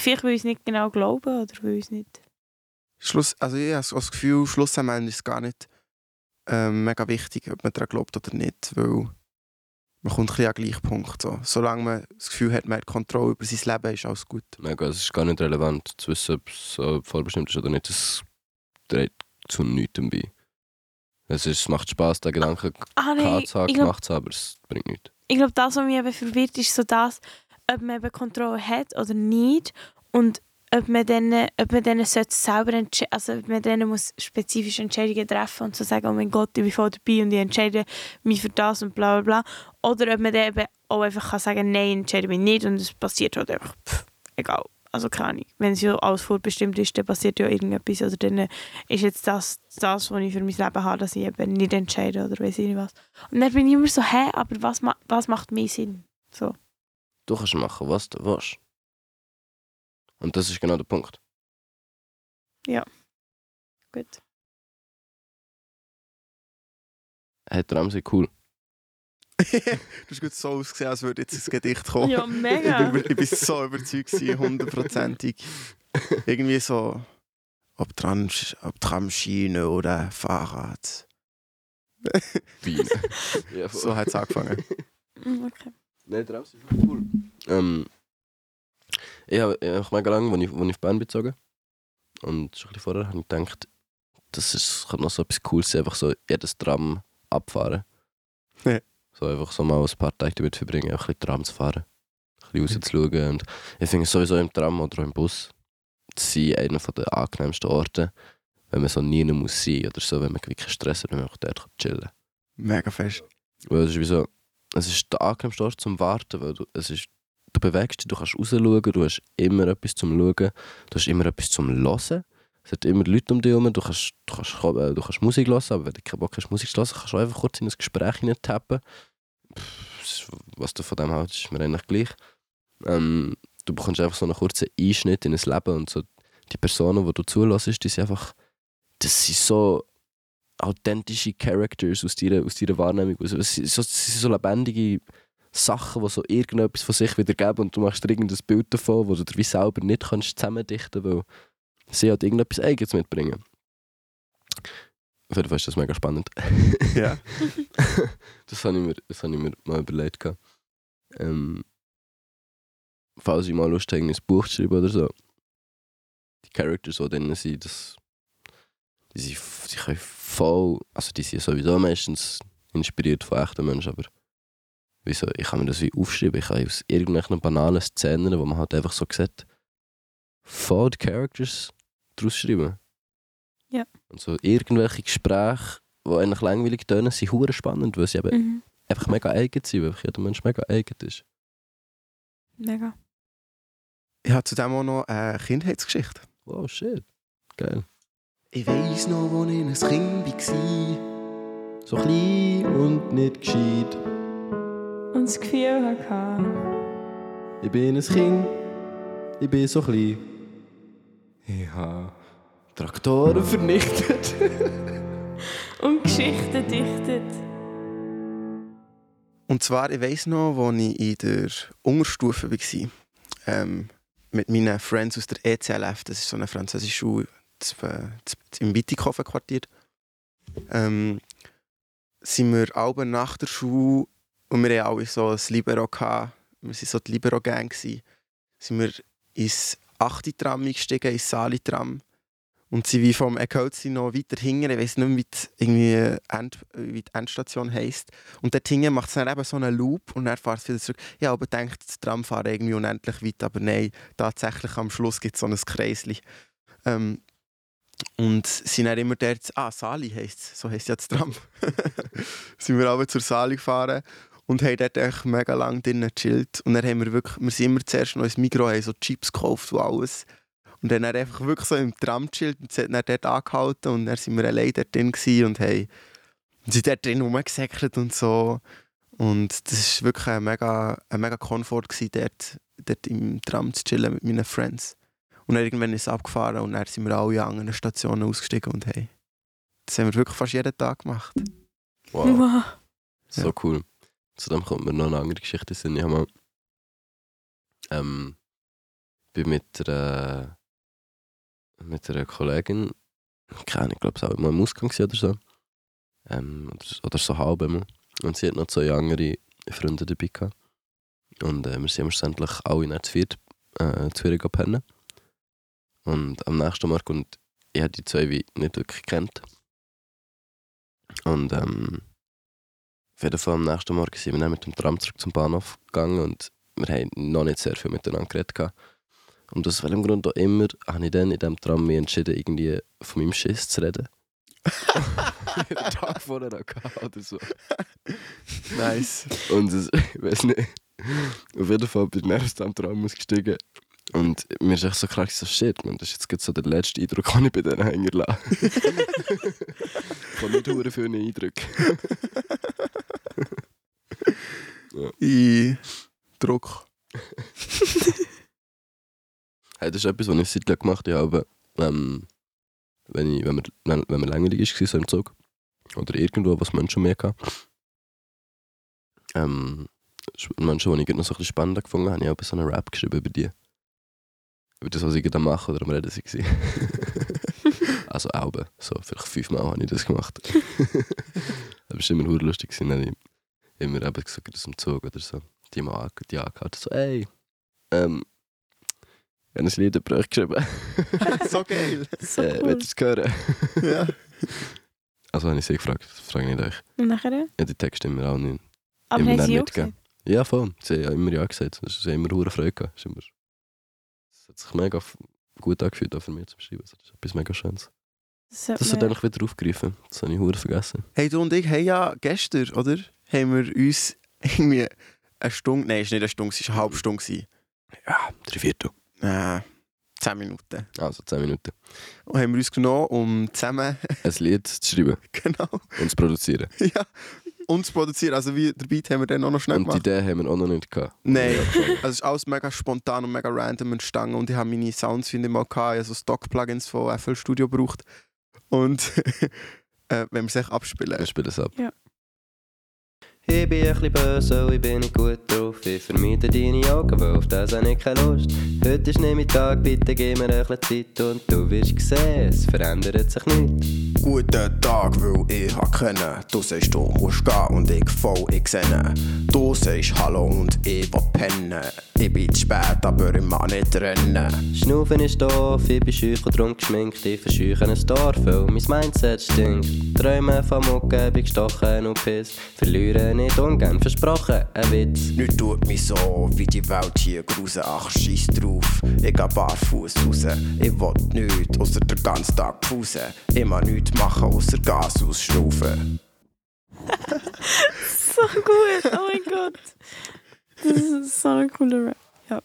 Speaker 2: vielleicht will ich es nicht genau glauben oder will ich es nicht...
Speaker 1: Schluss, also ich habe so das Gefühl, Schluss am Ende ist es gar nicht ähm, mega wichtig, ob man daran glaubt oder nicht, weil man kommt ein bisschen an den gleichen Punkt. So. Solange man das Gefühl hat, man hat Kontrolle über sein Leben, ist alles gut.
Speaker 3: Mega, es ist gar nicht relevant zu wissen, ob es äh, vorbestimmt ist oder nicht. Es trägt zu nichts bei. Es, ist, es macht Spaß, den Gedanken
Speaker 2: Ah nein,
Speaker 3: gehabt
Speaker 2: ich
Speaker 3: zu haben,
Speaker 2: glaube,
Speaker 3: gemacht zu haben, aber es bringt nichts.
Speaker 2: ich glaube, das, was mich eben verwirrt, ist so das, ob man eben Kontrolle hat oder nicht und ob man dann, ob man dann sollte selber entsche- also ob man dann muss spezifische Entscheidungen treffen und so sagen, oh mein Gott, ich bin voll dabei und ich entscheide mich für das und bla bla bla. Oder ob man dann eben auch einfach kann sagen nein, entscheide mich nicht und es passiert halt einfach, pff, egal. Also keine Ahnung. Wenn es ja alles vorbestimmt ist, dann passiert ja irgendetwas oder dann äh, ist jetzt das, das, was ich für mein Leben habe, dass ich eben nicht entscheide oder weiß ich nicht was. Und dann bin ich immer so, hä, aber was, ma was macht mehr Sinn? So.
Speaker 3: Du kannst machen, was du willst. Und das ist genau der Punkt.
Speaker 2: Gut.
Speaker 3: Hey, Ramsey, cool.
Speaker 1: du hast gut so ausgesehen, als würde jetzt ein Gedicht kommen.
Speaker 2: Ja, mega.
Speaker 1: Ich bin, ich bin so überzeugt, gewesen, hundertprozentig. Irgendwie so, ob Tram, ob Tramschiene oder Fahrrad.
Speaker 3: Biene. ja, voll.
Speaker 1: So hat es angefangen.
Speaker 2: Mm, Okay.
Speaker 3: Nein, der Ramsey ist cool. Ähm, ich habe hab mega lange, als ich, als ich auf Bern bezogen und schon ein bisschen vorher, habe ich gedacht, das ist, könnte noch so etwas Cooles sein, einfach so jedes Tram abfahren.
Speaker 1: Ja.
Speaker 3: So einfach so mal ein paar Tage damit verbringen, auch ein bisschen Tram zu fahren, ein bisschen rauszuschauen. Und ich finde sowieso im Tram oder auch im Bus, sie einer der angenehmsten Orte, wenn man so nie muss sein oder so, wenn man wirklich Stress hat, wenn man auch dort chillen kann.
Speaker 1: Mega fest.
Speaker 3: Weil es ist wie so, es ist der angenehmste Ort zum Warten, weil du, es ist, du bewegst dich, du kannst rausschauen, du hast immer etwas zum Schauen, du hast immer etwas zum Hören. Es hat immer Leute um dich herum, du kannst, du kannst, ko- äh, du kannst Musik hören, aber wenn du keinen Bock hast, Musik zu hören, kannst du auch einfach kurz in ein Gespräch hineintappen. Was du von dem hältst, ist mir eigentlich gleich. Ähm, du bekommst einfach so einen kurzen Einschnitt in ein Leben und so die Personen, die du zulässt, die sind einfach, das sind so authentische Characters aus deiner, aus deiner Wahrnehmung. Also, es sind so, es sind so lebendige Sachen, die so irgendetwas von sich wiedergeben und du machst dir irgendein Bild davon, wo du dir wie selber nicht kannst zusammendichten kannst, weil sie halt irgendetwas Eigenes mitbringen. Auf jeden Fall ist das mega spannend.
Speaker 1: Ja.
Speaker 3: das habe ich, mir- das hab ich mir mal überlegt. gehabt. Ähm, falls ich mal Lust habe, ein Buch zu schreiben oder so. Die Characters, die drin sind, das, die, sind, f- die können voll. Also, die sind sowieso meistens inspiriert von echten Menschen, aber. Wieso? Ich kann mir das wie aufschreiben. Ich habe aus irgendwelchen banalen Szenen, wo man halt einfach so sieht, voll die Characters draus schreiben.
Speaker 2: Ja.
Speaker 3: Und so irgendwelche Gespräche, die eigentlich langweilig tönen, sind hure spannend, weil sie eben
Speaker 2: Mhm.
Speaker 3: einfach mega eigen sind, weil einfach jeder Mensch mega eigen ist.
Speaker 2: Mega.
Speaker 1: Ich habe zudem auch noch eine Kindheitsgeschichte.
Speaker 3: Wow, shit. Geil.
Speaker 1: Ich weiss noch, wo ich ein Kind war.
Speaker 3: So klein und nicht gescheit.
Speaker 2: Und das Gefühl hatte,
Speaker 3: Ich bin ein Kind. Ich bin so klein. Ich habe Traktoren vernichtet.
Speaker 2: und Geschichten dichtet.
Speaker 1: Und zwar, ich weiss noch, wo ich in der Unterstufe war. Ähm, mit meinen Friends aus der E ECLF, das ist so eine französische Schule z- äh, z- z- im Wittikhofen-Quartier. Ähm, sind wir alle nach der Schule und wir hatten alle so ein Libero. Gehabt. Wir waren so die Libero-Gang. gewesen. Sind wir ins 8-Tram eingestiegen, ins Sali-Tram. Und sind wie vom Eckholz noch weiter hinten, ich weiß nicht mehr, wie die, irgendwie End, wie die Endstation heisst. Und dort hinten macht es dann eben so einen Loop und dann fährt es wieder zurück. Ja, aber denkt, das Tram fährt irgendwie unendlich weit, aber nein, tatsächlich am Schluss gibt es so ein Kreisli. Ähm, und sind dann immer dort, ah, Sali heisst es, so heisst ja das Tram. sind wir aber zur Sali gefahren und haben dort echt mega lange drinnen gechillt. Und dann haben wir wirklich, wir sind immer zuerst noch ins Migros, haben so Chips gekauft und alles. Und dann haben wir einfach wirklich so im Tram gechillt und es hat dann dort angehalten und dann sind wir allein dort drin gewesen und haben und sind dort drin rumgesäckelt und so. Und das war wirklich ein mega, ein mega Komfort, gewesen, dort, dort im Tram zu chillen mit meinen Friends. Und dann irgendwann ist es abgefahren und dann sind wir alle an anderen Stationen ausgestiegen und hey, das haben wir wirklich fast jeden Tag gemacht.
Speaker 3: Wow.
Speaker 2: Wow.
Speaker 3: So
Speaker 1: Ja.
Speaker 3: cool. Zudem kommt mir noch eine andere Geschichte in den Sinn. Ich habe mal. Ähm, bin mit einer. mit einer Kollegin. Keine Ahnung, ich glaube, es war auch mal im Ausgang gewesen oder so. Ähm, oder, oder so halb immer. Und sie hat noch zwei andere Freunde dabei gehabt. Und äh, wir sind am schlussendlich alle in zu viert, äh, zu viert gegangen pennen. Und am nächsten Morgen, und ich habe die zwei wie nicht wirklich gekannt. Und ähm, auf jeden Fall am nächsten Morgen sind wir dann mit dem Tram zurück zum Bahnhof gegangen und wir haben noch nicht sehr viel miteinander geredet. gehabt. Und aus welchem Grund auch immer habe ich dann in diesem Tram mich entschieden, irgendwie von meinem Schiss zu reden. Den Tag vorher noch gehabt oder so.
Speaker 1: Nice.
Speaker 3: Und es, ich weiß nicht. Auf jeden Fall bin ich dann aus dem Traum ausgestiegen. Und mir ist echt so klar, so shit, man, das ist jetzt gerade so der letzte Eindruck, den ich bei denen hängen lasse. Von nicht hure vielen Eindrücken.
Speaker 1: I Druck.
Speaker 3: Hey, das ist etwas, was ich seit lang gemacht habe, aber ähm, wenn, ich, wenn, man, wenn, wenn man langweilig war so im Zug oder irgendwo, was Menschen mehr hatten, ähm, sch- Menschen, die ich gerade noch so ein bisschen spannend gefunden habe, habe ich aber so einen Rap geschrieben über die. Über das, was ich gerade am machen oder am Reden war. also Alben. So, vielleicht fünfmal habe ich das gemacht. aber es war immer verdammt lustig, gewesen, wenn ich immer eben gesagt aus dem Zug oder so, die mal ange- die angehört, so, ey, ähm, ich habe ein Lied über euch geschrieben.
Speaker 1: so geil.
Speaker 2: so
Speaker 3: äh,
Speaker 2: cool.
Speaker 3: Wollt ihr es hören?
Speaker 1: Ja.
Speaker 3: Also habe ich sie gefragt, das frage ich nicht euch.
Speaker 2: Und nachher?
Speaker 3: Ja, die Texte immer auch nicht.
Speaker 2: Aber
Speaker 3: Immer
Speaker 2: haben
Speaker 3: dann
Speaker 2: sie auch
Speaker 3: mitgeben.
Speaker 2: gesehen?
Speaker 3: Ja, voll. Sie haben ja immer ja gesagt. Das ist ja immer hure Freude gehabt. Ist immer, es hat sich mega f- gut angefühlt, auch für mich zu beschreiben. Also, Das ist etwas mega Schönes.
Speaker 2: Das sollte
Speaker 3: Das
Speaker 2: man-
Speaker 3: sollte eigentlich wieder aufgreifen. Das habe ich hure vergessen.
Speaker 1: Hey, du und ich haben ja gestern, oder? Haben wir uns irgendwie eine Stunde, nein, es war nicht eine Stunde, es war eine halbe Stunde. gewesen.
Speaker 3: Ja, drei Viertel.
Speaker 1: Äh, zehn Minuten.
Speaker 3: Also zehn Minuten.
Speaker 1: Und haben wir uns genommen, um zusammen,
Speaker 3: Ein Lied zu schreiben
Speaker 1: genau,
Speaker 3: und zu produzieren.
Speaker 1: ja, uns zu produzieren. Also wie der Beat haben wir dann auch noch schnell
Speaker 3: Und die
Speaker 1: gemacht.
Speaker 3: Idee haben wir auch noch nicht gehabt.
Speaker 1: Nein.
Speaker 3: Ja,
Speaker 1: Also es ist alles mega spontan und mega random entstanden und ich habe meine Sounds finde ich mal gehabt, also Stock-Plugins von FL Studio gebraucht. Und äh, wenn wir es echt abspielen.
Speaker 3: Wir spielen es ab.
Speaker 4: Ich bin ein bisschen böse, oh, ich bin nicht gut drauf. Ich vermeide deine Augen, weil auf das habe ich keine Lust. Heute ist nicht mein Tag, bitte gib mir ein bisschen Zeit und du wirst sehen, es verändert sich nichts.
Speaker 5: Guten Tag, weil ich hab können. Du sagst, du musst gehen und ich voll, ich sehne. Du sagst Hallo und ich will pennen. Ich bin zu spät, aber ich mag nicht rennen.
Speaker 4: Schnaufen ist doof, ich bin schüch und drum geschminkt. Ich verscheuche ein Dorf, weil mein Mindset stinkt. Träume von Mucke, bin gestochen und piss. Verlieren nicht ungern, versprochen, ein Witz.
Speaker 5: Nicht tut mich so, wie die Welt hier grusen. Ach, scheiß drauf, ich geh barfuß raus. Ich will nichts, außer den ganzen Tag pausen. Ich mag nichts machen, außer Gas ausschnaufen.
Speaker 2: So gut, oh mein Gott. Das ist so ein cooler Rap. Ja.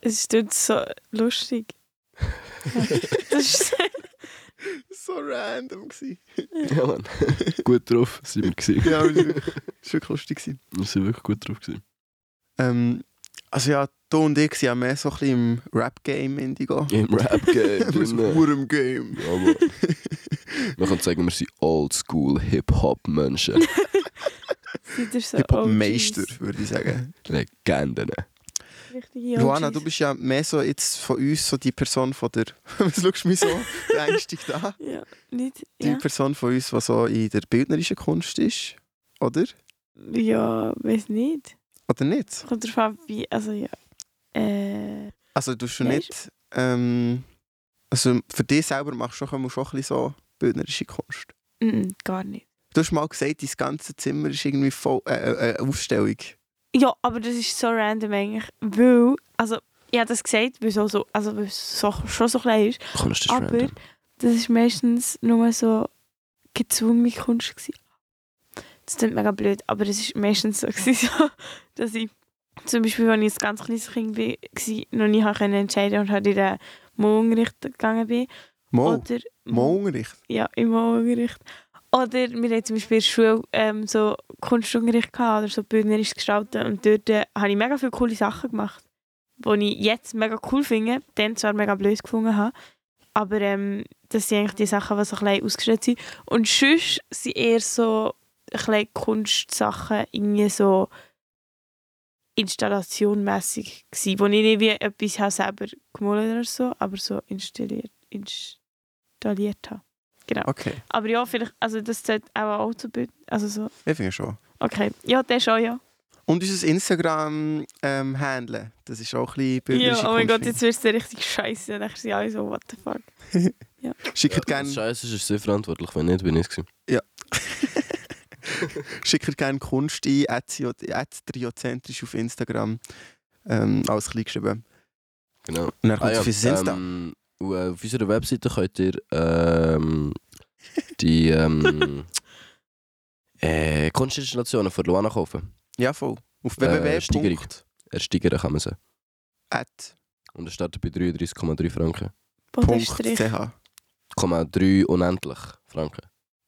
Speaker 2: Es ist dort so lustig. Das ist
Speaker 1: So random gewesen.
Speaker 3: Ja, Mann. gut drauf sind wir gewesen.
Speaker 1: Ja, aber es war es war wirklich lustig. Gewesen.
Speaker 3: Wir sind wirklich gut drauf gewesen.
Speaker 1: Ähm, also ja, du und ich sind ja mehr so ein bisschen im Rap-Game Indigo.
Speaker 3: Im Rap-Game.
Speaker 1: Im
Speaker 3: drinnen.
Speaker 1: Urem Game.
Speaker 3: Ja, Mann. Man kann sagen, wir sind Oldschool-Hip-Hop-Menschen.
Speaker 2: das ist so
Speaker 1: Hip-Hop-Meister,
Speaker 2: OGs.
Speaker 1: würde ich sagen.
Speaker 3: Legenden.
Speaker 2: Richtige
Speaker 1: Luana,
Speaker 2: OGs.
Speaker 1: du bist ja mehr so jetzt von uns so die Person von der... Was schaust du mich so ängstigt an?
Speaker 2: Ja, nicht.
Speaker 1: Die
Speaker 2: Ja,
Speaker 1: Person von uns, die so in der bildnerischen Kunst ist, oder?
Speaker 2: ja weiß nicht.
Speaker 1: Oder nicht?
Speaker 2: Kommt drauf an, wie. Also ja. Äh,
Speaker 1: Also du schon
Speaker 2: Nein,
Speaker 1: nicht... Ähm, also für dich selber machst du schon, musst du schon ein bisschen so bildnerische Kunst.
Speaker 2: mm, gar nicht.
Speaker 1: Du hast mal gesagt, dein ganze Zimmer ist irgendwie voll äh, äh, eine Ausstellung.
Speaker 2: Ja, aber das ist so random eigentlich. Weil, also, ich habe das gesagt, weil es auch so, also, weil es so, schon so klein ist.
Speaker 3: Kunst ist
Speaker 2: Aber-
Speaker 3: random.
Speaker 2: Das ist meistens nur so gezwungene Kunst. Gewesen. Das klingt mega blöd, aber es ist meistens so, gewesen, so, dass ich zum Beispiel, als ich ein ganz kleines Kind war, noch nie habe können entscheiden und halt in den Morgenricht gegangen bin.
Speaker 3: Oh,
Speaker 1: Mal,
Speaker 2: Oder
Speaker 1: mal Unterricht.
Speaker 2: ja, im Unterricht. Oder wir hatten zum Beispiel in der Schule ähm, so Kunstunterricht gehabt oder so bildnerisch gestalten und dort äh, habe ich mega viele coole Sachen gemacht, die ich jetzt mega cool finde, dann zwar mega blöd gefunden habe, aber ähm, das sind eigentlich die Sachen, die so ein bisschen ausgestellt sind. Und sonst sind eher so ein bisschen Kunstsachen irgendwie so installationmässig gewesen, wo ich nicht wie etwas habe selber gemalt oder so, aber so installiert, installiert habe.
Speaker 1: Okay,
Speaker 2: Aber ja, vielleicht, also das zählt auch auch zu bilden. Also so,
Speaker 1: ich finde schon.
Speaker 2: okay. Ja, der schon, ja.
Speaker 1: Und unser Instagram-Handle, ähm, Handle, das ist auch ein bisschen
Speaker 2: ja
Speaker 1: bildnerische
Speaker 2: oh mein
Speaker 1: Kunst,
Speaker 2: Gott, jetzt wirst du richtig scheiße. Dann sind alle so, what the fuck.
Speaker 1: finde ich. Schickt
Speaker 3: Ja,
Speaker 1: gerne
Speaker 3: Scheiße ist, ist sehr verantwortlich. Wenn nicht, bin ich es. gewesen.
Speaker 1: schickt gern Kunst ein, triozentrisch auf Instagram. Ähm, alles klein geschrieben.
Speaker 3: Genau.
Speaker 1: Und dann
Speaker 3: Ah
Speaker 1: kommt es
Speaker 3: ja,
Speaker 1: auf unser Insta.
Speaker 3: ähm, und, äh, auf unserer Webseite könnt ihr ähm, die ähm, äh, Kunstinstallationen von Luana kaufen.
Speaker 1: Ja, voll. Auf
Speaker 3: Äh,
Speaker 1: www.
Speaker 3: Steigerung. Ersteigern kann man sie.
Speaker 1: at
Speaker 3: Und er startet bei 33,3 Franken.
Speaker 1: Punkt
Speaker 2: Bodenstrich.
Speaker 1: .ch.
Speaker 3: 3 unendlich Franken.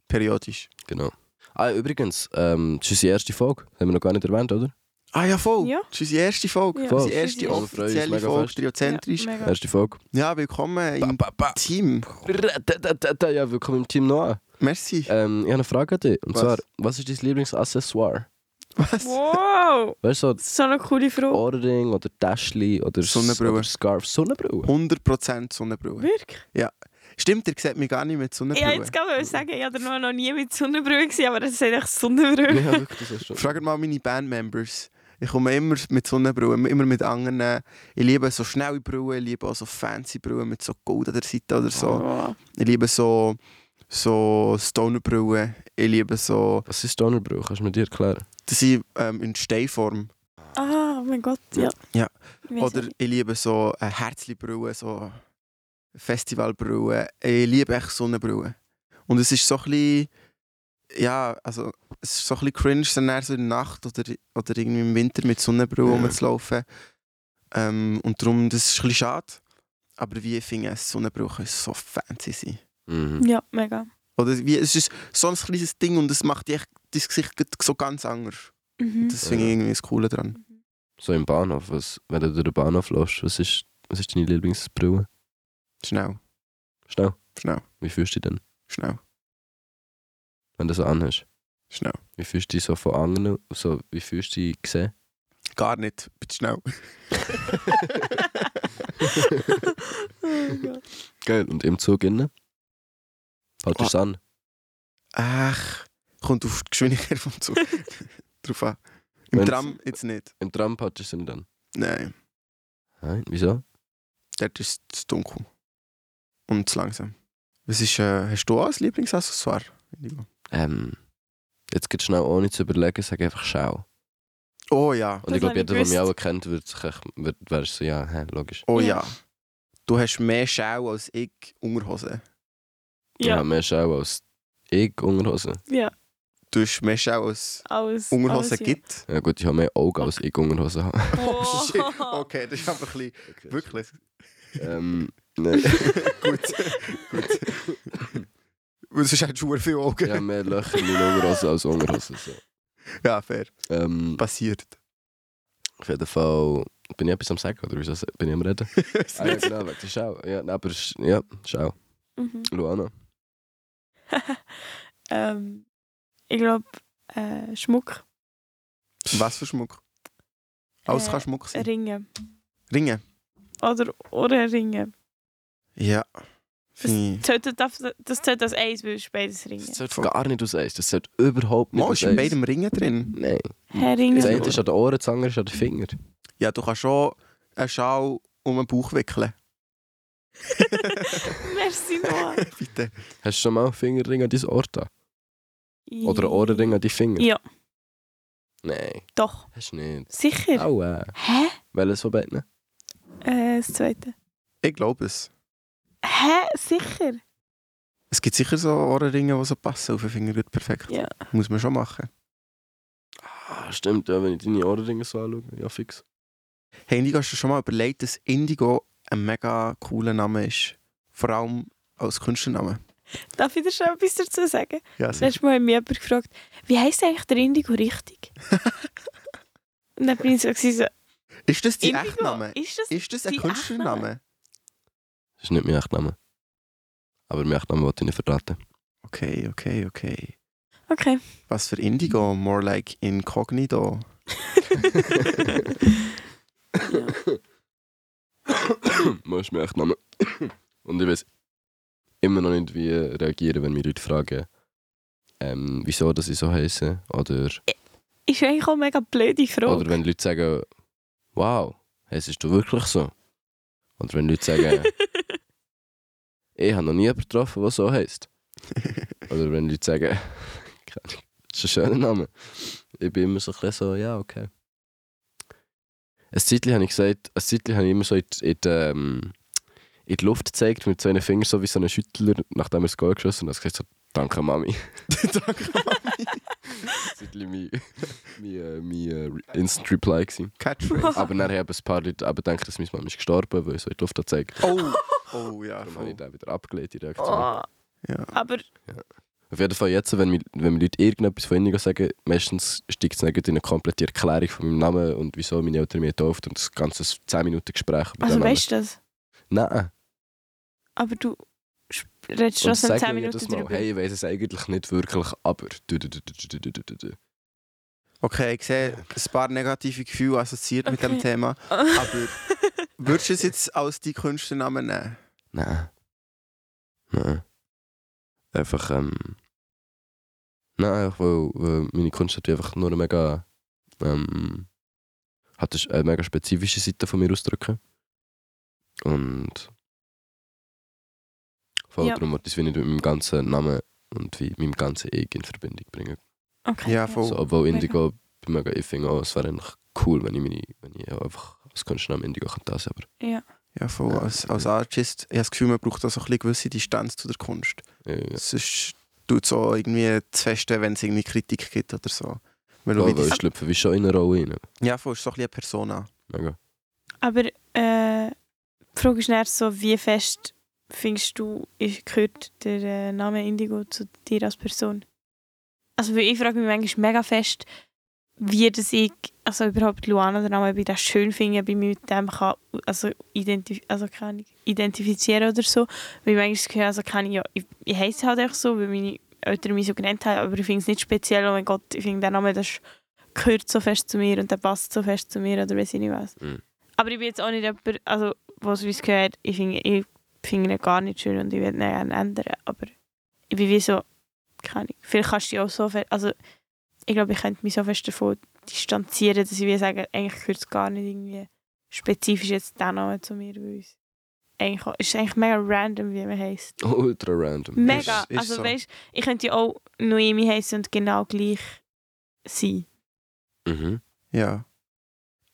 Speaker 1: Periodisch.
Speaker 3: Genau. Ah, übrigens, ähm, das ist unsere erste Folge. Das haben wir noch gar nicht erwähnt, oder?
Speaker 1: Ah ja, voll.
Speaker 2: Ja.
Speaker 1: Das ist unsere erste Folge.
Speaker 2: Ja.
Speaker 1: Das ist
Speaker 3: Voll.
Speaker 1: die erste
Speaker 2: Also
Speaker 3: freuen uns
Speaker 1: offizielle
Speaker 3: mega
Speaker 1: Folge,
Speaker 3: fest.
Speaker 1: triozentrisch.
Speaker 2: Ja,
Speaker 1: Ja,
Speaker 2: mega.
Speaker 3: Erste Folge.
Speaker 1: willkommen
Speaker 3: Ba,
Speaker 1: im
Speaker 3: ba, ba.
Speaker 1: Team.
Speaker 3: Ra-da-da-da-da. Ja, willkommen im Team Noah.
Speaker 1: Merci.
Speaker 3: Ähm, ich habe eine Frage an dich. Und
Speaker 1: Was?
Speaker 3: zwar, was ist dein Lieblingsaccessoire?
Speaker 1: Was?
Speaker 2: Wow!
Speaker 3: Weißt du, so
Speaker 2: So eine coole Frau.
Speaker 3: Ohrring oder Täschli oder, S-
Speaker 1: Sonnenbrille.
Speaker 3: oder Scarf? Sonnenbrille?
Speaker 1: 100% Sonnenbrille.
Speaker 2: Wirklich?
Speaker 1: Stimmt, ihr seht mich gar Oh. nicht mit
Speaker 2: Ja,
Speaker 1: Sonnenbrille.
Speaker 2: jetzt kann ich sagen, ich habe noch, noch nie mit Sonnenbrühe gesehen, aber das ist eigentlich Sonnenbrühe.
Speaker 3: ja, wirklich, das ist schon.
Speaker 1: Fragt mal meine Bandmembers. Ich komme immer mit Sonnenbrille, immer mit anderen. Ich liebe so schnelle Brille, ich liebe auch so fancy Brille mit so Gold an der Seite oder so.
Speaker 2: Wow.
Speaker 1: Ich liebe so, so Stonerbrille. Ich liebe so...
Speaker 3: Was ist Donnerbrille? Kannst du mir dir erklären?
Speaker 1: Das sind ähm, in Steinform.
Speaker 2: Ah, oh mein Gott, ja.
Speaker 1: Ja.
Speaker 2: Ich weiss
Speaker 1: Oder
Speaker 2: nicht.
Speaker 1: ich liebe so äh, Herzli-Brille, so Festivalbrille. Ich liebe echt Sonnenbrille. Und es ist so ein bisschen, ja, also es ist so ein bisschen cringe, dann eher so in der Nacht oder, oder irgendwie im Winter mit Sonnenbrille rumzulaufen. Ähm, und darum, das ist ein bisschen schade. Aber wie ich finde, Sonnenbrille können so fancy sein.
Speaker 3: Mhm.
Speaker 2: Ja, mega.
Speaker 1: Oder wie, es ist so ein kleines Ding und es macht dich echt dein Gesicht gleich so ganz anders.
Speaker 2: Mhm.
Speaker 1: Das finde ich irgendwie das Coole daran.
Speaker 3: So im Bahnhof, was, wenn du durch den Bahnhof läufst, was ist, was ist deine Lieblingsbrille?
Speaker 1: Schnell,
Speaker 3: Schnell,
Speaker 1: schnell,
Speaker 3: wie fühlst du dich denn,
Speaker 1: schnell,
Speaker 3: wenn du so anhast?
Speaker 1: schnell.
Speaker 3: Wie fühlst du dich so von anderen, so, wie fühlst du dich gesehen?
Speaker 1: Gar nicht, bitte schnell.
Speaker 2: oh mein Gott.
Speaker 3: Geil. Und im Zug innen? Halt
Speaker 1: Ah.
Speaker 3: es an.
Speaker 1: Ach, kommt auf die Geschwindigkeit vom Zug drauf an. Im
Speaker 3: Wenn's-
Speaker 1: Tram jetzt nicht.
Speaker 3: Im Tram halt es ihn dann.
Speaker 1: Nein,
Speaker 3: Nein, wieso?
Speaker 1: dort ist es zu dunkel. Und zu langsam. Was ist, äh, hast du auch ein Lieblingsaccessoire? Indigo?
Speaker 3: Ähm, jetzt geht schnell ohne zu überlegen, sag einfach schau.
Speaker 1: Oh ja,
Speaker 3: Und
Speaker 2: Das hab
Speaker 3: ich glaube,
Speaker 2: ich
Speaker 3: jeder, der mich
Speaker 2: gewusst.
Speaker 3: auch kennt, wird sich echt, wird, wär so, ja, hä, logisch.
Speaker 1: oh
Speaker 2: Ja.
Speaker 1: ja. Du hast mehr Schau als ich Unterhose.
Speaker 3: Ja.
Speaker 2: Ja,
Speaker 3: mehr schau als ich Unterhose.
Speaker 2: ja,
Speaker 1: Du hast mehr Schau als
Speaker 2: alles.
Speaker 1: Unterhose
Speaker 2: alles, ja.
Speaker 1: gibt.
Speaker 3: Ja gut, ich habe mehr Augen als ich Unterhose habe.
Speaker 1: Oh, shit.
Speaker 2: Oh.
Speaker 1: Okay, das ist einfach ein bisschen... Wirklich?
Speaker 3: ähm, nein.
Speaker 1: Gut. Gut. Weil sonst hättest du viele
Speaker 3: Ich habe
Speaker 1: Augen.
Speaker 3: mehr Löcher in meinen Unterhosen als Unterhosen. So.
Speaker 1: Ja, fair.
Speaker 3: Ähm,
Speaker 1: Passiert.
Speaker 3: auf jeden Fall bin ich etwas am Sagen oder wieso bin ich am Reden? ah, ja, genau, wegen der Schau. Ja, nein, aber sch- ja, schau.
Speaker 2: Mhm.
Speaker 3: Luana.
Speaker 2: ähm, ich glaube, äh, Schmuck,
Speaker 1: Was für Schmuck? Alles
Speaker 2: Äh,
Speaker 1: kann Schmuck sein.
Speaker 2: Ringe.
Speaker 1: Ringe?
Speaker 2: Oder Ohrenringe.
Speaker 1: Ja.
Speaker 2: Das
Speaker 1: Finde ich-
Speaker 2: zählt das, das zählt als eins, weil es beides Ringe.
Speaker 3: Das zählt gar nicht aus Eis. Das zählt überhaupt nicht
Speaker 1: Mal
Speaker 3: aus
Speaker 1: ist in
Speaker 3: Eis.
Speaker 1: beidem Ringen drin.
Speaker 3: Nein.
Speaker 2: Herr
Speaker 3: Das
Speaker 2: Ringe.
Speaker 3: eine ist an den Ohren, das andere ist an den Fingern.
Speaker 1: Ja, du kannst schon einen Schal um den Bauch wickeln.
Speaker 2: Merci, Noah.
Speaker 1: Bitte.
Speaker 3: Hast du schon mal einen Fingerring an dein Ohr da? Oder einen Ohrenring an deine Finger?
Speaker 2: Ja.
Speaker 3: Nein,
Speaker 2: Doch,
Speaker 3: hast du nicht.
Speaker 2: sicher.
Speaker 3: Aua.
Speaker 2: Hä?
Speaker 3: Welches von beiden?
Speaker 2: Äh, das zweite.
Speaker 1: Ich glaube es.
Speaker 2: Hä? Sicher?
Speaker 1: Es gibt sicher so Ohrenringe, die so passen auf den Finger gut perfekt.
Speaker 2: Ja.
Speaker 1: Muss man schon machen.
Speaker 3: Ah, stimmt, ja, wenn ich deine Ohrenringe so anschaue. Ja, fix.
Speaker 1: Hey, Indigo, hast du schon mal überlegt, dass Indigo ein mega cooler Name ist? Vor allem als Künstlername.
Speaker 2: Darf ich dir schon etwas dazu sagen?
Speaker 1: Ja,
Speaker 2: Letztes Mal hat mich jemand gefragt, wie heisst eigentlich der Indigo richtig? Und dann bin ich so, gewesen, so
Speaker 1: Ist das dein
Speaker 2: Indigo,
Speaker 1: Echtname?
Speaker 2: ist das?
Speaker 1: Ist das ein
Speaker 2: dein
Speaker 1: Künstlername?
Speaker 3: Das ist nicht mein Echtname. Aber mein Echtname wollte ich nicht verraten.
Speaker 1: Okay, okay, okay.
Speaker 2: Okay.
Speaker 1: Was für Indigo? More like Incognito.
Speaker 2: Ja.
Speaker 3: Mal ist mein Echtname. Und ich weiß immer noch nicht, wie reagieren, wenn mich Leute fragen, ähm, wieso dass ich so heiße. Oder,
Speaker 2: Ist eigentlich auch eine mega blöde Frage.
Speaker 3: oder wenn Leute sagen, wow, heißt du wirklich so? Oder wenn Leute sagen, ich habe noch nie jemanden getroffen, der so heißt. Oder wenn Leute sagen, keine Ahnung, das ist ein schöner Name. Ich bin immer so ein bisschen so, ja, okay. Ein Zeitchen habe ich gesagt, ein Zeitchen habe ich immer so in die, in die, ähm, in die Luft gezeigt, mit so einem Finger, so wie so ein Schüttler, nachdem er das Goal geschossen hat. Und habe gesagt, so, danke Mami.
Speaker 1: Danke, Mami.
Speaker 3: Zeitchen mein, mein, äh, mein äh, Re- Instant-Reply. gewesen.
Speaker 1: Catchphrase.
Speaker 3: Aber nachher haben ein paar Leute eben gedacht, dass meine Mama ist gestorben, weil ich so in die Luft gezeigt habe.
Speaker 1: Oh, oh ja,
Speaker 3: Darum habe ich
Speaker 1: voll.
Speaker 3: dann wieder abgelehnt, die Reaktion.
Speaker 2: Oh,
Speaker 1: Ja.
Speaker 2: aber
Speaker 3: Auf jeden Fall jetzt, wenn mir, wenn mir Leute irgendetwas von ihnen sagen, meistens steigt es dann gleich in eine komplette Erklärung von meinem Namen und wieso meine Eltern mich tauft und das ganze 10-Minuten-Gespräch. über
Speaker 2: also
Speaker 3: den
Speaker 2: weißt du das?
Speaker 3: Namen. Nein.
Speaker 2: Aber du sp- redest
Speaker 3: Und
Speaker 2: trotzdem
Speaker 3: sag
Speaker 2: 10
Speaker 3: mir
Speaker 2: Minuten
Speaker 3: jedes Mal,
Speaker 2: drüber.
Speaker 3: hey, ich weiß es eigentlich nicht wirklich, aber... Du, du, du, du, du, du, du, du, du.
Speaker 1: Okay, ich sehe ein paar negative Gefühle assoziiert mit dem
Speaker 2: Okay.
Speaker 1: Thema. Aber würdest du es jetzt als die Künstlernamen nehmen?
Speaker 3: Nein. Nein. Einfach, ähm... Nein, einfach, weil, weil meine Kunst hat einfach nur eine mega... Ähm, hat eine sch- eine mega spezifische Seite von mir ausdrücken. Und... Voll,
Speaker 2: Ja.
Speaker 3: darum wollte ich es wie nicht mit meinem ganzen Namen und wie meinem ganzen Ich in Verbindung bringen.
Speaker 2: okay.
Speaker 1: Ja, voll.
Speaker 3: So, obwohl
Speaker 2: Oh, mega.
Speaker 3: Indigo, bin mega, ich finde auch, es wäre eigentlich cool, wenn ich, meine, wenn ich auch einfach als Kunstnamen Indigo kann das, aber...
Speaker 1: Ja, voll. Als, als Artist, ich habe das Gefühl, man braucht auch so ein bisschen gewisse Distanz zu der Kunst.
Speaker 3: Ja, ja.
Speaker 1: Sonst tut es auch irgendwie zu festen, wenn es irgendwie Kritik gibt oder so. Weil
Speaker 3: Voll,
Speaker 1: wie
Speaker 3: weil
Speaker 1: die-
Speaker 3: ich schlüpfe wie schon in eine Rolle rein.
Speaker 1: Ja, voll, ist so ein bisschen eine Persona.
Speaker 3: Mega.
Speaker 2: Aber äh, die Frage ist dann so, wie fest findest du, ist, gehört der äh, Name Indigo zu dir als Person? Also weil ich frage mich manchmal mega fest, wie das ich, also überhaupt Luana den Namen, ob ich das schön finde, ob ich mich mit dem kann, also, identif also keine Ahnung, identifizieren oder so. Weil manchmal das Gefühl, also kann ich ja, ich, ich heiße halt einfach so, weil meine Eltern mich so genannt haben, aber ich finde es nicht speziell, oh mein Gott, ich finde den Namen, das gehört so fest zu mir und der passt so fest zu mir oder weiß ich nicht was.
Speaker 3: Mm.
Speaker 2: Aber ich bin jetzt auch nicht jemand, also, was uns gehört, ich finde ich find ihn gar nicht schön und ich will ihn gerne ändern. Aber ich bin wie so, keine Ahnung, vielleicht kannst du dich auch so fest, also ich glaube, ich könnte mich so fest davon distanzieren, dass ich wie sage, eigentlich gehört es gar nicht irgendwie spezifisch jetzt der Name zu mir, weil es eigentlich auch, es ist eigentlich mega random, wie man heisst.
Speaker 3: Ultra random.
Speaker 2: Mega!
Speaker 1: Ist- ist
Speaker 2: also
Speaker 1: so.
Speaker 2: weißt ich könnte ja auch Noemi heißen und genau gleich sein.
Speaker 3: Mhm.
Speaker 1: Ja.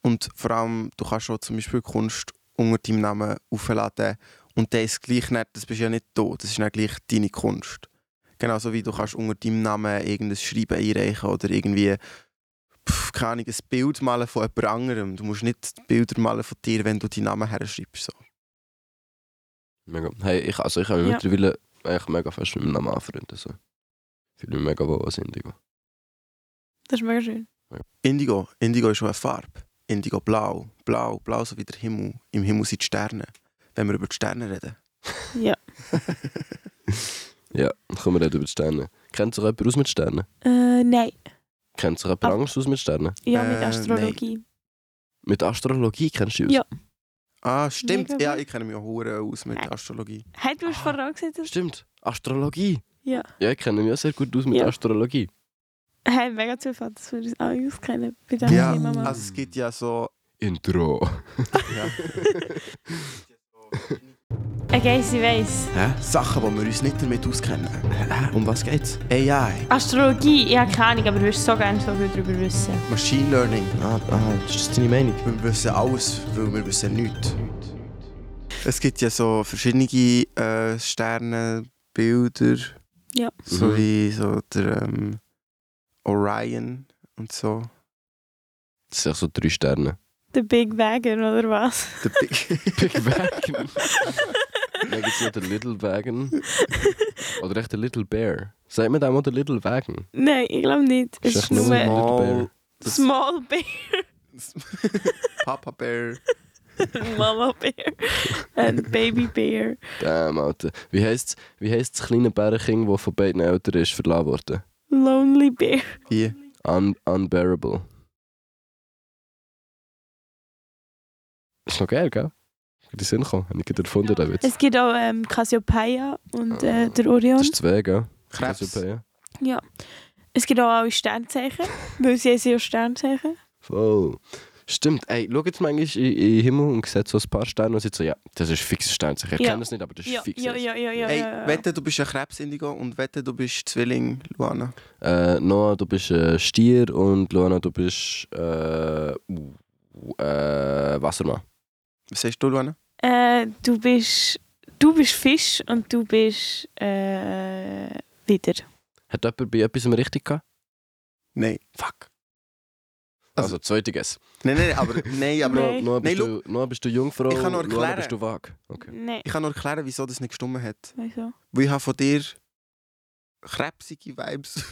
Speaker 1: Und vor allem, du kannst auch zum Beispiel Kunst unter deinem Namen aufladen und der ist gleich nicht, das bist ja nicht du, das ist nicht gleich deine Kunst. Genauso wie du kannst unter deinem Namen irgendein Schreiben einreichen oder irgendwie pff, keine Ahnung, ein Bild malen von jemand anderem. Du musst nicht Bilder malen von dir, wenn du deinen Namen herschreibst. So.
Speaker 3: Mega. Hey, ich, also ich habe mich
Speaker 2: Ja.
Speaker 3: mittlerweile eigentlich mega fest mit meinem Namen anfreunden. So. Fühle mich mega wohl als Indigo.
Speaker 2: Das ist mega schön.
Speaker 1: Indigo. Indigo ist auch eine Farbe. Indigo blau. Blau, blau so wie der Himmel. Im Himmel sind die Sterne. Wenn wir über die Sterne reden.
Speaker 2: Ja.
Speaker 3: Ja, dann können wir reden über die Sterne. Kennt sich jemand aus mit Sternen?
Speaker 2: Äh, nein,
Speaker 3: Kennt sich jemand
Speaker 2: Ah.
Speaker 3: anders aus mit Sternen?
Speaker 2: ja,
Speaker 1: Äh,
Speaker 2: mit
Speaker 1: nein.
Speaker 2: Astrologie.
Speaker 3: Mit Astrologie kennst du dich
Speaker 2: Ja.
Speaker 3: aus?
Speaker 1: Ah, stimmt.
Speaker 2: Mega
Speaker 1: Ja,
Speaker 2: gut.
Speaker 1: ich kenne mich auch hure aus mit
Speaker 2: Nein.
Speaker 1: Astrologie.
Speaker 2: Hey, du hast
Speaker 3: Ah.
Speaker 2: vorher auch gesagt, dass
Speaker 3: Stimmt. Astrologie.
Speaker 2: Ja.
Speaker 3: Ja, ich kenne mich auch sehr gut aus mit
Speaker 2: Ja.
Speaker 3: Astrologie.
Speaker 2: hey, mega Zufall, dass wir uns alle auskennen bei diesem
Speaker 1: Ja,
Speaker 2: Thema. Mann.
Speaker 1: also es gibt ja so.
Speaker 3: Intro.
Speaker 1: Ja,
Speaker 2: Okay, sie weiss.
Speaker 3: Hä?
Speaker 1: Sachen, die wir uns nicht damit auskennen.
Speaker 3: Hä? Um was geht's?
Speaker 1: AI,
Speaker 2: Astrologie, ich habe keine Ahnung, aber du wirst so gerne so viel darüber wissen.
Speaker 1: Machine Learning.
Speaker 3: Ah, ah, ist das deine Meinung?
Speaker 1: Wir wissen alles, weil wir wissen nichts. Es gibt ja so verschiedene äh, Sternenbilder.
Speaker 2: Ja.
Speaker 1: So
Speaker 3: Mhm.
Speaker 1: wie so der ähm, Orion und so.
Speaker 3: Das sind auch so drei Sterne.
Speaker 2: Der Big Wagon, oder was?
Speaker 1: Der Big
Speaker 3: Big Wagon. Dann gibt's noch den Little Wagon. Oder echt der Little Bear. Sagt man dem auch der Little Wagon?
Speaker 2: Nein, ich glaube nicht. Es
Speaker 3: Ist
Speaker 2: ist
Speaker 3: echt nur
Speaker 2: nur
Speaker 3: ein-
Speaker 1: Small das-
Speaker 2: Small Bear,
Speaker 1: Papa Bear.
Speaker 2: Mama Bear und Baby Bear.
Speaker 3: Damn, Alter. Wie heisst wie heisst's das kleine Bärenkind, das von beiden Eltern ist verlassen worden?
Speaker 2: Lonely Bear.
Speaker 1: Wie?
Speaker 3: Un unbearable. Ist noch geil, gell? In den Sinn gekommen. Habe ich gerade erfunden, den Witz.
Speaker 2: Es gibt auch ähm, Cassiopeia und
Speaker 1: Ah.
Speaker 2: äh, der
Speaker 3: Das
Speaker 2: Orion.
Speaker 3: ist zwei, gell?
Speaker 1: Krebs.
Speaker 3: Cassiopeia.
Speaker 2: Es gibt auch alle Sternzeichen, weil sie sind ja Sternzeichen.
Speaker 3: Voll. Stimmt, ey, schau jetzt manchmal in, in den Himmel und seht so ein paar Sterne und seht so, ja, das ist fixes Stern. Ich erkenne
Speaker 2: Ja.
Speaker 3: das nicht, aber das ist
Speaker 2: Ja,
Speaker 3: fixes.
Speaker 2: ja, ja, ja, ja. ja,
Speaker 1: Ey,
Speaker 2: ja.
Speaker 1: wette, du bist ein Krebsindigo und wette, du bist Zwilling, Luana.
Speaker 3: Äh, Noah, du bist äh, Stier und Luana, du bist äh, uh, äh, Wassermann.
Speaker 1: Was sagst du, Luana?
Speaker 2: Äh, du bist du bist Fisch und du bist äh, wieder.
Speaker 3: Hat jemand bei etwas richtig gehabt?
Speaker 1: Nein.
Speaker 3: Fuck. Also, zweitiges.
Speaker 1: Nein, nein, aber, nein, aber
Speaker 2: Nein.
Speaker 3: Noah, bist,
Speaker 1: Nein,
Speaker 3: du, Noah, bist du Jungfrau?
Speaker 1: Ich kann noch
Speaker 3: Luana,
Speaker 1: erklären.
Speaker 3: bist du vag? Okay.
Speaker 2: Nein,
Speaker 1: ich kann nur erklären, wieso das nicht gestummen hat.
Speaker 2: wieso?
Speaker 1: Weil ich habe von dir krebsige Vibes.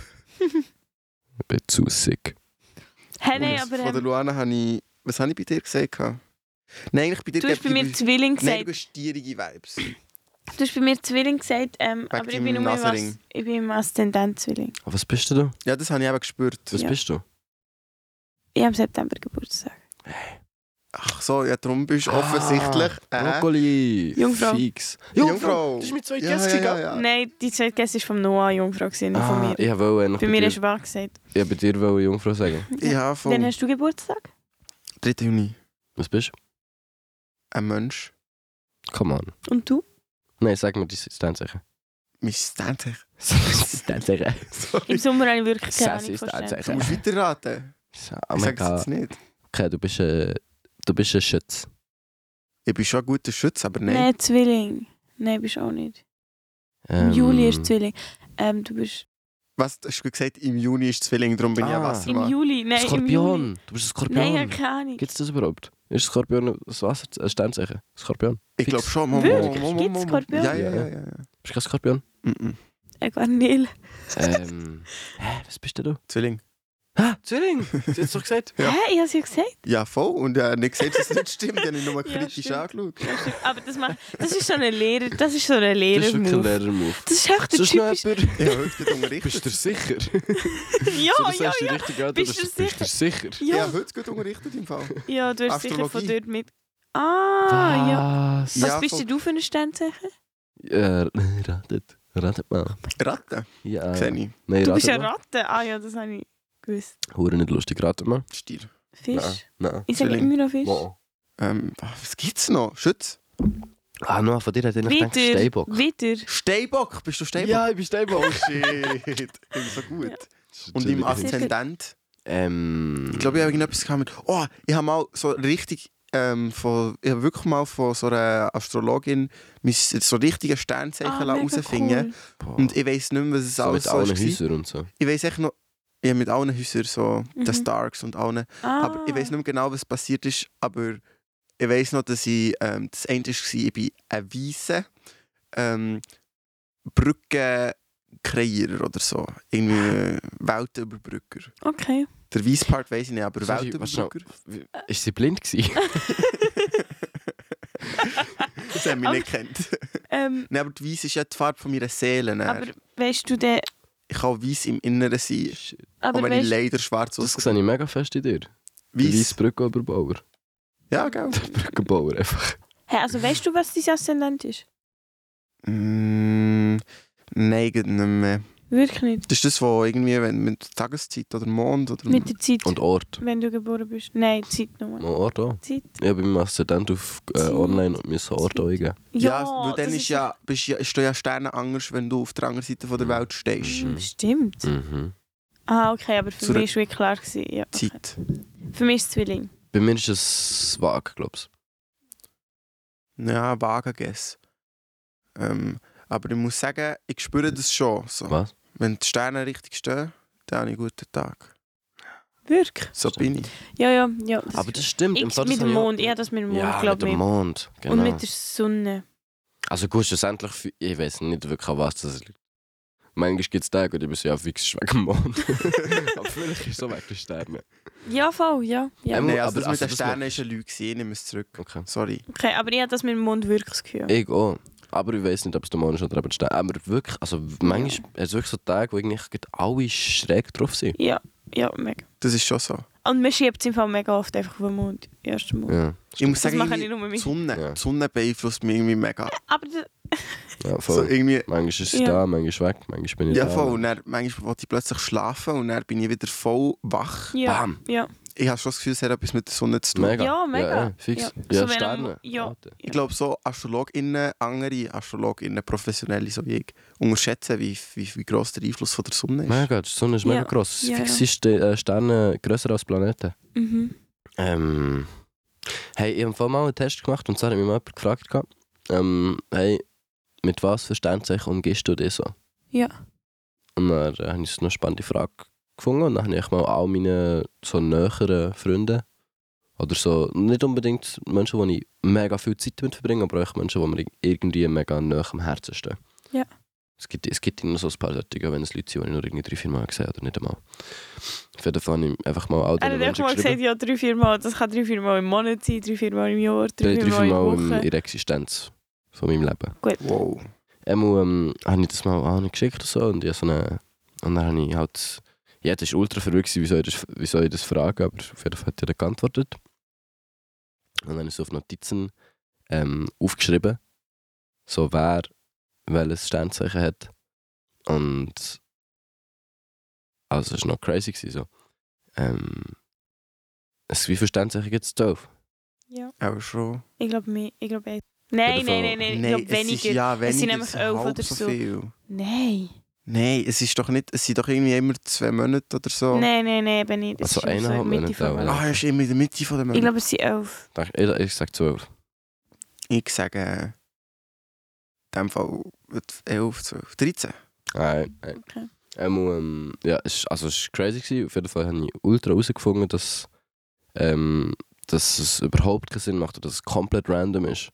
Speaker 3: Ich bin zu sick.
Speaker 2: Hey, nein,
Speaker 1: Und
Speaker 2: aber
Speaker 1: Oh, Von der
Speaker 2: ähm,
Speaker 1: Luana habe ich... Was habe ich bei dir gesagt? gehabt? Nein, eigentlich bei dir...
Speaker 2: du hast bei
Speaker 1: gebe ich-
Speaker 2: mir Zwilling
Speaker 1: Nein, du
Speaker 2: gesagt.
Speaker 1: hast stierige Vibes.
Speaker 2: Du hast bei mir Zwilling gesagt, ähm,
Speaker 1: Wegen
Speaker 2: aber ich
Speaker 1: deinem
Speaker 2: bin nur
Speaker 1: Nasenring.
Speaker 2: was, ich bin im Aszendent Zwilling.
Speaker 3: Aber was bist du da?
Speaker 1: Ja, das habe ich eben gespürt.
Speaker 3: Was
Speaker 2: Ja.
Speaker 3: bist du?
Speaker 2: Ich habe im September Geburtstag.
Speaker 1: Ach so, ja, darum bist du offensichtlich...
Speaker 3: Ah,
Speaker 1: äh,
Speaker 3: Brokkoli.
Speaker 2: Jungfrau.
Speaker 3: Fix.
Speaker 1: Jungfrau.
Speaker 3: Das ist mit zwei
Speaker 1: Ja,
Speaker 3: Gästen
Speaker 1: ja, ja, ja.
Speaker 2: Nein, die zweite Gäste war vom Noah Jungfrau, gewesen, nicht von
Speaker 3: Ah,
Speaker 2: mir.
Speaker 3: ich wollte eigentlich
Speaker 2: Bei mir
Speaker 3: dir,
Speaker 2: hast du wahr gesagt.
Speaker 3: ich hab bei dir wollte Jungfrau sagen.
Speaker 1: Ja, vom
Speaker 2: Dann hast du Geburtstag?
Speaker 1: 3. Juni.
Speaker 3: Was bist du?
Speaker 1: Ein Mensch.
Speaker 3: Come on.
Speaker 2: Und du?
Speaker 3: Nein, sag mir die Steinzeichen.
Speaker 1: Mein Standtech.
Speaker 3: Steinzeichen.
Speaker 2: Im
Speaker 1: Sorry.
Speaker 2: Sommer habe ich wirklich keine
Speaker 3: Sassy
Speaker 2: Ahnung von Sternzeichen.
Speaker 1: Du
Speaker 3: Steinzeichen.
Speaker 1: musst weiterraten.
Speaker 3: Oh
Speaker 1: ich
Speaker 3: mein
Speaker 1: sage es
Speaker 3: Gott.
Speaker 1: jetzt nicht.
Speaker 3: Okay, du bist ein... Du bist ein Schütz.
Speaker 1: Ich bin schon ein guter Schütz, aber nein.
Speaker 2: Nein, Zwilling. Nein, bist du auch nicht. Im
Speaker 3: Ähm,
Speaker 2: Juli ist Zwilling. Ähm, du bist...
Speaker 1: Was hast du gesagt? Im Juni ist Zwilling, darum bin ich ein
Speaker 3: Ah.
Speaker 2: Im
Speaker 1: Wassermann.
Speaker 2: Juli? Nein, im Juli.
Speaker 3: Skorpion. Du bist ein Skorpion.
Speaker 2: Nein, ich habe keine Ahnung.
Speaker 3: Gibt es das überhaupt? Ist Skorpion ein Wasser, ein Sternzeichen? Skorpion?
Speaker 1: Ich glaube schon.
Speaker 2: Wirklich?
Speaker 1: Mom,
Speaker 2: Gibt's Skorpion?
Speaker 1: Ja, ja, ja. ja. ja.
Speaker 3: Bist du kein Skorpion?
Speaker 1: Mhm.
Speaker 2: Ein Garnel.
Speaker 3: ähm, hä, was bist denn du?
Speaker 1: Zwilling.
Speaker 3: Ah, Zwilling! Du hast doch gesagt.
Speaker 1: Ja.
Speaker 2: Hä? Ich habe es ja gesagt.
Speaker 1: Ja, voll. Und er hat nicht gesagt, dass es nicht stimmt. Ich habe ihn nochmal
Speaker 2: Ja,
Speaker 1: kritisch
Speaker 2: stimmt.
Speaker 1: angeschaut.
Speaker 2: Ja, stimmt. Aber das, macht, das ist so eine Lehrer... Das ist so eine
Speaker 3: Das ist wirklich ein
Speaker 2: Lehrer-Move.
Speaker 3: Lehrer-Move.
Speaker 2: Das ist echt der
Speaker 3: Sonst noch
Speaker 2: typisch...
Speaker 1: Ich
Speaker 3: jemand?
Speaker 1: habe heute um gerade unterrichtet.
Speaker 3: Bist du dir sicher?
Speaker 2: Ja,
Speaker 3: so, das
Speaker 2: ja,
Speaker 3: hast du
Speaker 2: ja.
Speaker 3: richtig gehört,
Speaker 2: Bist
Speaker 3: aber
Speaker 2: du
Speaker 3: Bist du sicher?
Speaker 1: Ich
Speaker 2: Ja,
Speaker 1: habe heute gerade unterrichtet im Fall.
Speaker 2: ja du hast sicher von
Speaker 1: Astrologie.
Speaker 2: dort mit... Ah, ja.
Speaker 3: Was?
Speaker 2: Was
Speaker 1: Ja,
Speaker 2: bist
Speaker 1: voll.
Speaker 2: denn du für ein Sternzeichen?
Speaker 3: Äh, ratet. Ratet mal.
Speaker 1: Ratten,
Speaker 3: Ja.
Speaker 1: Äh. sehe ich.
Speaker 3: Nein,
Speaker 2: Du bist
Speaker 3: ratet
Speaker 2: eine
Speaker 3: mal.
Speaker 2: Ratte. Ah ja, das habe ich gewusst.
Speaker 3: Hure nicht lustig, ratet mal.
Speaker 1: Stier.
Speaker 2: Fisch.
Speaker 3: Nein.
Speaker 2: Ich sage
Speaker 1: Zwilling.
Speaker 2: immer noch Fisch.
Speaker 3: Wow.
Speaker 1: Ähm, was gibt's noch? Schütz?
Speaker 3: Ah, Noah, von dir hat eigentlich gedacht,
Speaker 2: Wieder.
Speaker 3: Steinbock.
Speaker 2: Wieder.
Speaker 1: Steinbock. Bist du Steinbock?
Speaker 3: Ja, ich bin Steinbock.
Speaker 1: Oh shit. Ich bin so gut.
Speaker 2: Ja.
Speaker 1: Und im
Speaker 2: Ast-
Speaker 1: Aszendent?
Speaker 3: Ähm...
Speaker 1: Ich glaube, ich habe irgendetwas gehabt mit. Oh, ich habe mal so richtig. Ähm, von, ich habe wirklich mal von so einer Astrologin mein so richtiges Sternzeichen
Speaker 2: Ah, mega
Speaker 1: herausfinden
Speaker 2: cool.
Speaker 3: Boah.
Speaker 1: Und ich weiß nicht mehr, was es
Speaker 3: so
Speaker 1: alles
Speaker 3: mit
Speaker 1: so war.
Speaker 3: allen
Speaker 1: Ich
Speaker 3: Häusern und so.
Speaker 1: weiß echt noch, ja, mit allen Häusern, so
Speaker 2: Mhm.
Speaker 1: den Starks und allen.
Speaker 2: Ah.
Speaker 1: Aber ich weiß nicht mehr genau, was passiert ist, aber ich weiß noch, dass ich ähm, das eine war, ich bin ein weißer ähm, Brückenkreierer oder so. Irgendwie äh, Weltenüberbrücker.
Speaker 2: Okay.
Speaker 1: Der weiße Part weiß ich nicht, aber
Speaker 3: Sorry, was schnell-
Speaker 1: Weltenüberbrücker.
Speaker 3: Ist sie blind gewesen?
Speaker 1: Das haben wir nicht kennt.
Speaker 2: Ähm,
Speaker 1: Nein, aber die Weiss ist ja die Farbe von meiner Seele. näher.
Speaker 2: aber weißt du den.
Speaker 1: ich kann weiß im Inneren sein.
Speaker 3: Shit.
Speaker 1: Aber
Speaker 2: Aber
Speaker 1: auch wenn ich
Speaker 2: weißt,
Speaker 1: leider schwarz
Speaker 3: Das
Speaker 1: aussehe.
Speaker 3: sehe ich mega fest in dir. Weiss
Speaker 1: Weiß.
Speaker 3: Brückenoberbauer.
Speaker 1: Ja, gell.
Speaker 3: Brückenbauer einfach.
Speaker 2: hä, also weißt du, was dein Aszendent ist?
Speaker 1: Mm, nein, geht nicht mehr.
Speaker 2: Wirklich nicht.
Speaker 1: Das ist das, was irgendwie wenn, mit Tageszeit oder Mond oder.
Speaker 2: Mit der Zeit,
Speaker 3: Und Ort.
Speaker 2: wenn du geboren bist. Nein, die Zeit
Speaker 3: Mal
Speaker 2: nur.
Speaker 3: Ort auch.
Speaker 2: Zeit.
Speaker 3: Ich habe im Aszendent auf äh,
Speaker 2: Zeit.
Speaker 3: online und müssen Ort eingeben.
Speaker 1: ja, weil dann
Speaker 2: das
Speaker 1: ist ja, bist, ja, ist du ja Sterne anders, wenn du auf der anderen Seite von der Welt stehst.
Speaker 2: Hm, Stimmt.
Speaker 3: Mhm.
Speaker 2: Ah, okay, aber für
Speaker 1: Zurück-
Speaker 2: mich war wirklich klar. Gewesen. Ja, okay.
Speaker 1: Zeit.
Speaker 2: Für mich ist es Zwilling.
Speaker 3: Bei mir ist es vage, glaube ich.
Speaker 1: Ja, vager Guess. Ähm, aber ich muss sagen, ich spüre das schon. So.
Speaker 3: Was?
Speaker 1: Wenn die Sterne richtig stehen, dann habe ich einen guten Tag.
Speaker 2: Wirklich?
Speaker 1: So
Speaker 3: Stimmt.
Speaker 1: bin ich.
Speaker 2: Ja, ja, ja. das
Speaker 3: Aber
Speaker 2: ist-
Speaker 3: das stimmt. im
Speaker 2: ich,
Speaker 3: Fall, das
Speaker 2: mit
Speaker 3: habe
Speaker 2: dem
Speaker 3: ich auch-
Speaker 2: Mond. Ja, das mit dem Mond,
Speaker 3: Ja, mit
Speaker 2: glaube ich.
Speaker 3: dem Mond. Genau.
Speaker 2: Und mit der Sonne.
Speaker 3: Also gut, schlussendlich, fü- ich weiß nicht wirklich, an was das liegt. Manchmal gibt es Tage, wo ich bin so, ja fix weg dem Mond. aber vielleicht ist es so weg der Sterne.
Speaker 2: Ja, voll, ja. ja.
Speaker 3: Ähm,
Speaker 1: Nein,
Speaker 3: aber-
Speaker 1: also das
Speaker 3: also
Speaker 1: mit den
Speaker 3: das
Speaker 1: Sternen ist eine Lüge, gewesen, ich nehme es zurück.
Speaker 3: Okay.
Speaker 1: Sorry.
Speaker 2: Okay, aber ich habe das mit dem Mond wirklich gehört.
Speaker 3: Ich auch. Aber ich weiß nicht, ob es der Mond ist oder ob es der Stern. Aber wirklich, also manchmal ja. es wirklich so Tage, wo eigentlich gerade alle schräg drauf sind.
Speaker 2: Ja, ja, mega.
Speaker 1: Das ist schon so.
Speaker 2: Und man schiebt es im Fall mega oft einfach auf den Mond. Erst Mal.
Speaker 3: Ja,
Speaker 1: Ich muss
Speaker 2: Das
Speaker 1: sagen,
Speaker 2: machen nicht
Speaker 1: irgendwie
Speaker 2: nur
Speaker 1: die
Speaker 2: mit.
Speaker 1: Sonne,
Speaker 3: Ja.
Speaker 1: die Sonne beeinflusst mich irgendwie mega.
Speaker 2: Aber das,
Speaker 3: ja voll.
Speaker 1: So
Speaker 4: Also
Speaker 1: irgendwie,
Speaker 3: manchmal ist sie
Speaker 2: Ja.
Speaker 3: da, manchmal ist weg, manchmal bin ich
Speaker 1: ja,
Speaker 3: da.
Speaker 1: voll. Und dann, manchmal wollte ich plötzlich schlafen und dann bin ich wieder voll wach.
Speaker 2: ja,
Speaker 3: Bam.
Speaker 2: ja.
Speaker 1: Ich habe schon das Gefühl, es hat etwas mit der Sonne zu tun.
Speaker 3: Mega.
Speaker 2: Ja, mega.
Speaker 3: Ja, ja, fix.
Speaker 2: Ja.
Speaker 3: Ja,
Speaker 2: So wenn-
Speaker 3: Sterne.
Speaker 2: ja.
Speaker 3: Warte.
Speaker 1: Ich glaube, so AstrologInnen, andere AstrologInnen, professionelle so wie ich, unterschätzen, wie, wie, wie gross der Einfluss von der Sonne ist.
Speaker 3: Mega, die Sonne ist
Speaker 2: Ja.
Speaker 3: mega gross.
Speaker 2: Ja,
Speaker 3: Fix
Speaker 2: ja.
Speaker 3: ist die äh, Sterne grösser als Planeten.
Speaker 2: Mhm.
Speaker 3: Ähm, hey, ich habe vorhin mal einen Test gemacht und zwar hat mich mal jemand gefragt, gehabt, ähm, hey, mit was für Sternzeichen umgehst du dich so?
Speaker 2: Ja.
Speaker 3: Und dann äh, habe ich so eine spannende Frage
Speaker 4: gefunden und dann habe ich mal all meine so näheren Freunde oder so, nicht unbedingt Menschen, die ich mega viel Zeit mit verbringe, aber auch Menschen, die mir irgendwie mega nahe am Herzen stehen.
Speaker 2: Ja.
Speaker 4: Es gibt, es gibt immer so ein paar solche, wenn es Leute sind, die ich nur irgendwie drei, vier Mal gesehen habe oder nicht einmal. Auf jeden Fall habe ich einfach mal all
Speaker 2: Er hat
Speaker 4: diese
Speaker 2: einfach
Speaker 4: Menschen
Speaker 2: Also, mal gesagt,
Speaker 4: geschrieben.
Speaker 2: ja, drei, vier Mal. Das kann drei, vier Mal im Monat sein, drei, vier Mal im Jahr, drei,
Speaker 4: Drei,
Speaker 2: vier
Speaker 4: drei, vier
Speaker 2: Mal
Speaker 4: Mal
Speaker 2: in
Speaker 4: in
Speaker 2: der Woche.
Speaker 4: ihrer Existenz von meinem Leben.
Speaker 1: Wow.
Speaker 4: Einmal ähm, habe ich das mal an ihn geschickt oder so und ich habe so eine... Und dann habe ich halt... Ja, das war ultra verrückt, gewesen, wieso ich das, wieso ich das frage, aber auf jeden Fall hat er dann geantwortet. Und dann habe ich so auf Notizen ähm, aufgeschrieben, so wer welches Sternzeichen hat. Und... Also es war noch crazy gewesen, so. Ähm, es, wie viele Sternzeichen gibt es? Zwölf?
Speaker 2: Ja.
Speaker 1: Auch schon.
Speaker 2: Ich glaube, mehr. Ich glaube, eh- Nein,
Speaker 4: Auf jeden
Speaker 2: nein,
Speaker 4: Fall.
Speaker 2: nein, nein. Ich
Speaker 1: Nein, es
Speaker 2: glaube,
Speaker 1: ist
Speaker 2: weniger.
Speaker 1: ja weniger.
Speaker 2: Es sind nämlich
Speaker 1: so
Speaker 2: elf
Speaker 1: halb
Speaker 2: oder so.
Speaker 1: viel.
Speaker 2: Nein.
Speaker 1: Nein, es ist doch nicht, es sind doch irgendwie immer zwei Monate oder so.
Speaker 2: Nein, nein, nein, bin ich.
Speaker 4: Also eineinhalb Monate auch, ja.
Speaker 1: Ah, er ist immer in der Mitte von dem
Speaker 2: Ich glaube, es sind elf.
Speaker 4: Ich, ich, ich sage zwölf.
Speaker 1: Ich sage äh, in dem Fall wird 11, 12, 13.
Speaker 4: Nein, nein.
Speaker 2: Okay.
Speaker 4: Einmal, ähm, ja, es war also es ist crazy. Gewesen. Auf jeden Fall habe ich ultra herausgefunden, dass, ähm, dass es überhaupt keinen Sinn macht oder dass es komplett random ist.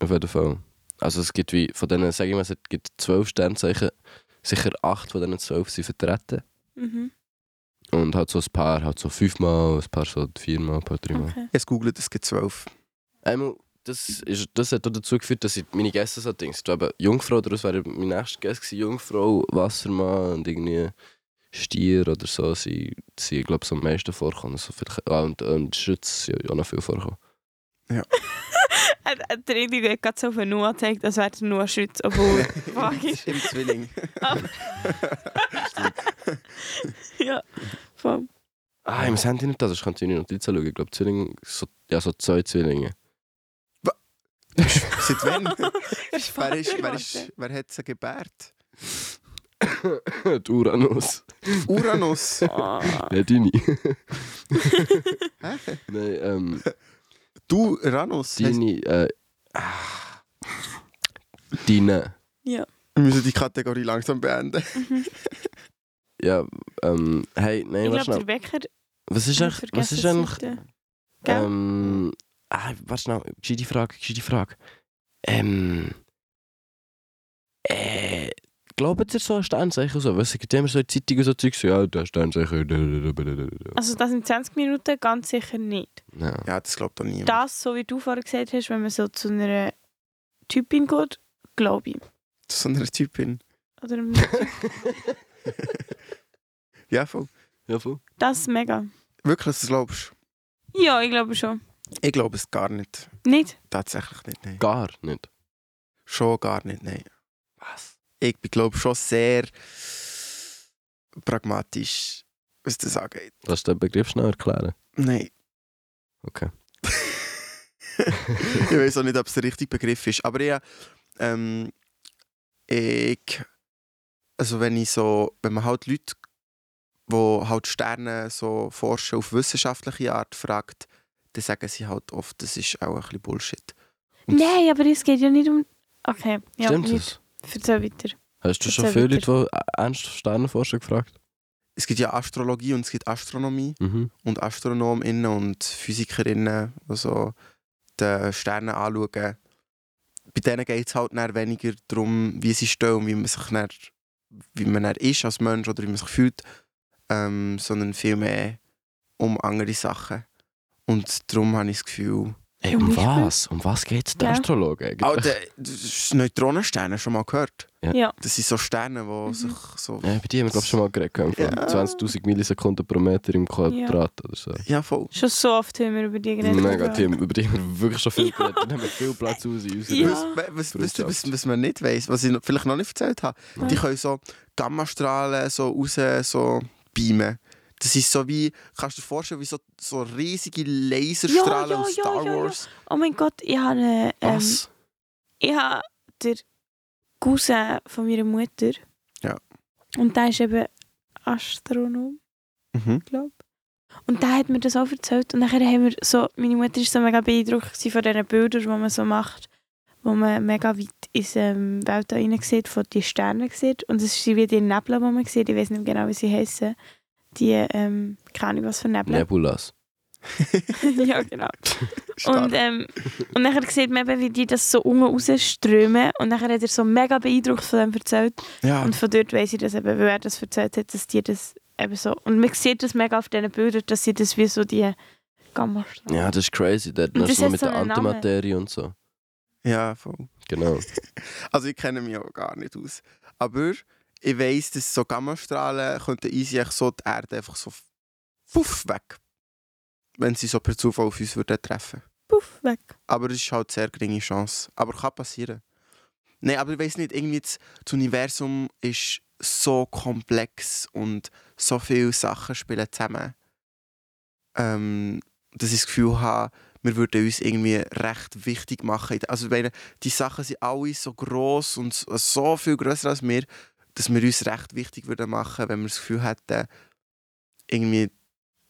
Speaker 4: Auf jeden Fall. Also es gibt wie, von denen, sage ich mal, es gibt zwölf Sternzeichen, sicher acht von diesen zwölf sind vertreten.
Speaker 2: Mhm.
Speaker 4: Und halt so ein paar, halt so fünfmal, ein paar so viermal, ein paar dreimal.
Speaker 2: Okay.
Speaker 1: Es googelt, es gibt 12.
Speaker 4: Einmal, das, ist, das hat auch dazu geführt, dass ich meine Gäste so Dings. Ich glaube, Jungfrau, daraus wäre mein nächster Gäste gewesen. Jungfrau, Wassermann und irgendwie Stier oder so. Sie, sie glaube ich, so am meisten vorkommen. Also vielleicht, ah, und, und Schütz, ja, auch noch viel vorkommen.
Speaker 2: Er, er, der Indi hat gerade so auf Noah gezeigt, als wäre er Noah Schütz, obwohl... Oh, Fuck it.
Speaker 1: Im Zwilling.
Speaker 2: ja, voll.
Speaker 4: Ah, im Handy nicht das, sonst könnte ich in die Notizen schauen. Ich glaube, Zwillinge, so, ja, so zwei Zwillinge.
Speaker 1: Seit wann?
Speaker 2: ist
Speaker 1: wer, ist, wer,
Speaker 2: Vater
Speaker 1: ist, wer hat sie gebärt?
Speaker 4: Die Uranus.
Speaker 1: Uranus.
Speaker 2: geworden.
Speaker 4: Nein, deine.
Speaker 1: Hä?
Speaker 4: Nein, ähm,
Speaker 1: du, Uranus. heisst-
Speaker 4: deine, äh, ah. deine.
Speaker 1: Wir müssen die Kategorie langsam beenden.
Speaker 2: Oh. Mhm.
Speaker 4: Ja, ähm, hey,
Speaker 2: Ich
Speaker 4: nein, warte
Speaker 2: glaube, der
Speaker 4: schnell.
Speaker 2: Bäcker
Speaker 4: Was ist
Speaker 2: hat
Speaker 4: eigentlich, was
Speaker 2: vergessen äh,
Speaker 4: ist eigentlich
Speaker 2: zu erzählen. Gell?
Speaker 4: Ähm, ah, warte schnell, gescheite Frage, gescheite Frage. Ähm, äh, glaubt ihr so an Sternzeichen? und So? Weißt du, es gibt immer so in Zeitungen so Zeug, so, ja, der Sternzeichen, blablabla.
Speaker 2: Also das in 20 Minuten ganz sicher nicht.
Speaker 4: Ja.
Speaker 1: Ja, das glaubt doch niemand.
Speaker 2: Das, so wie du vorher gesagt hast, wenn man so zu einer Typin geht, glaube ich.
Speaker 1: So eine Typin.
Speaker 2: Oder einem-
Speaker 1: ja, voll.
Speaker 4: ja, voll.
Speaker 2: das mega.
Speaker 1: Wirklich, dass du es glaubst.
Speaker 2: Ja, ich glaube schon.
Speaker 1: Ich glaube es gar nicht.
Speaker 2: Nicht?
Speaker 1: Tatsächlich nicht, nein.
Speaker 4: Gar nicht.
Speaker 1: Schon gar nicht, nein.
Speaker 4: Was?
Speaker 1: Ich bin, glaube schon sehr pragmatisch, was das angeht.
Speaker 4: Kannst du den Begriff schnell erklären?
Speaker 1: Nein.
Speaker 4: Okay.
Speaker 1: ich weiß auch nicht, ob es der richtige Begriff ist. Aber ja, ähm, ich, also wenn ich so, wenn man halt Leute, die halt Sterne so forschen auf wissenschaftliche Art fragt, dann sagen sie halt oft, das ist auch ein bisschen Bullshit. Und
Speaker 2: Nein, aber es geht ja nicht um... Okay, ja,
Speaker 4: Stimmt
Speaker 2: nicht.
Speaker 4: das?
Speaker 2: Erzähl weiter.
Speaker 4: Hast du schon
Speaker 2: Erzähl
Speaker 4: viele Leute, die äh, ernst auf Sternenforschung gefragt?
Speaker 1: Es gibt ja Astrologie und es gibt Astronomie
Speaker 4: Mhm.
Speaker 1: und AstronomInnen und PhysikerInnen, die so die Sterne anschauen. Bei denen geht es halt dann weniger darum, wie sie stehen und wie man sich dann, wie man dann ist als Mensch oder wie man sich fühlt, ähm, sondern vielmehr um andere Sachen. Und darum habe ich das Gefühl,
Speaker 4: Ey,
Speaker 2: Zum
Speaker 4: um
Speaker 2: Beispiel?
Speaker 4: was? Um was geht es den
Speaker 2: Ja.
Speaker 4: Astrologen eigentlich?
Speaker 3: Ah,
Speaker 1: Alter, das Neutronensterne schon mal gehört.
Speaker 4: Ja.
Speaker 2: Ja.
Speaker 1: Das sind so Sterne, die
Speaker 2: Mhm.
Speaker 1: sich so.
Speaker 4: Ja, bei dir haben wir, glaube ich, schon mal geredet. gehabt, im Fall.
Speaker 1: Ja.
Speaker 4: 20.000 Millisekunden pro Meter im Quadrat oder so.
Speaker 1: Ja, voll.
Speaker 2: Schon so oft haben wir über die geredet.
Speaker 4: Mega Team, über die haben wir wirklich schon viel
Speaker 2: Ja.
Speaker 4: geredet. Dann haben wir viel Platz raus in unserer
Speaker 2: Ja.
Speaker 1: Was, was, was, was,
Speaker 4: Freundschaft.
Speaker 1: was man nicht weiß, was ich noch- vielleicht noch nicht erzählt habe,
Speaker 2: Ja.
Speaker 1: die können so Gammastrahlen so raus so beamen. Das ist so wie, kannst du dir vorstellen, wie so, so riesige Laserstrahlen
Speaker 2: Ja, ja,
Speaker 1: aus
Speaker 2: ja,
Speaker 1: Star
Speaker 2: ja, ja.
Speaker 1: Wars.
Speaker 2: Oh mein Gott, ich habe... äh, Ähm,
Speaker 4: Was?
Speaker 2: ich habe den Cousin von meiner Mutter.
Speaker 1: Ja.
Speaker 2: Und der ist eben Astronom,
Speaker 1: Mhm.
Speaker 2: glaube Und der hat mir das auch erzählt. Und nachher haben wir so, meine Mutter war so mega beeindruckt gewesen von diesen Bildern, die man so macht, wo man mega weit ins ähm, Weltall rein sieht, von die Sterne sieht. Und es sind wie die Nebel, die man sieht, ich weiß nicht genau, wie sie heißen. Die, ähm, keine Ahnung, was für Nebel.
Speaker 3: Nebulas.
Speaker 2: ja, genau. Und, ähm, und dann sieht man eben, wie die das so unten rausströmen. Und dann hat er so mega beeindruckt von dem erzählt.
Speaker 1: ja,
Speaker 2: Und von dort weiss ich das eben, weil er das erzählt hat, dass die das eben so... Und man sieht das mega auf diesen Bildern, dass sie das wie so die Gammastrahlen...
Speaker 3: Ja, das ist crazy. Dort
Speaker 2: Und
Speaker 3: hast
Speaker 2: das
Speaker 3: du noch
Speaker 2: hat
Speaker 3: mit
Speaker 2: so
Speaker 3: der
Speaker 2: einen Namen.
Speaker 3: Antimaterie und so.
Speaker 1: ja, voll.
Speaker 3: Genau.
Speaker 1: Also ich kenne mich auch gar nicht aus. Aber ich weiss, dass so Gammastrahlen könnten easy echt so die Erde einfach so puff weg. Wenn sie so per Zufall auf uns würden treffen.
Speaker 2: Puff, weg.
Speaker 1: Aber es ist halt sehr geringe Chance. Aber kann passieren. Nein, aber ich weiß nicht, irgendwie das, das Universum ist so komplex und so viele Sachen spielen zusammen. Ähm, dass ich das Gefühl habe, wir würden uns irgendwie recht wichtig machen. Also ich meine, die Sachen sind alle so groß und so- so viel größer als wir, dass wir uns recht wichtig würden machen, wenn wir das Gefühl hätten, irgendwie,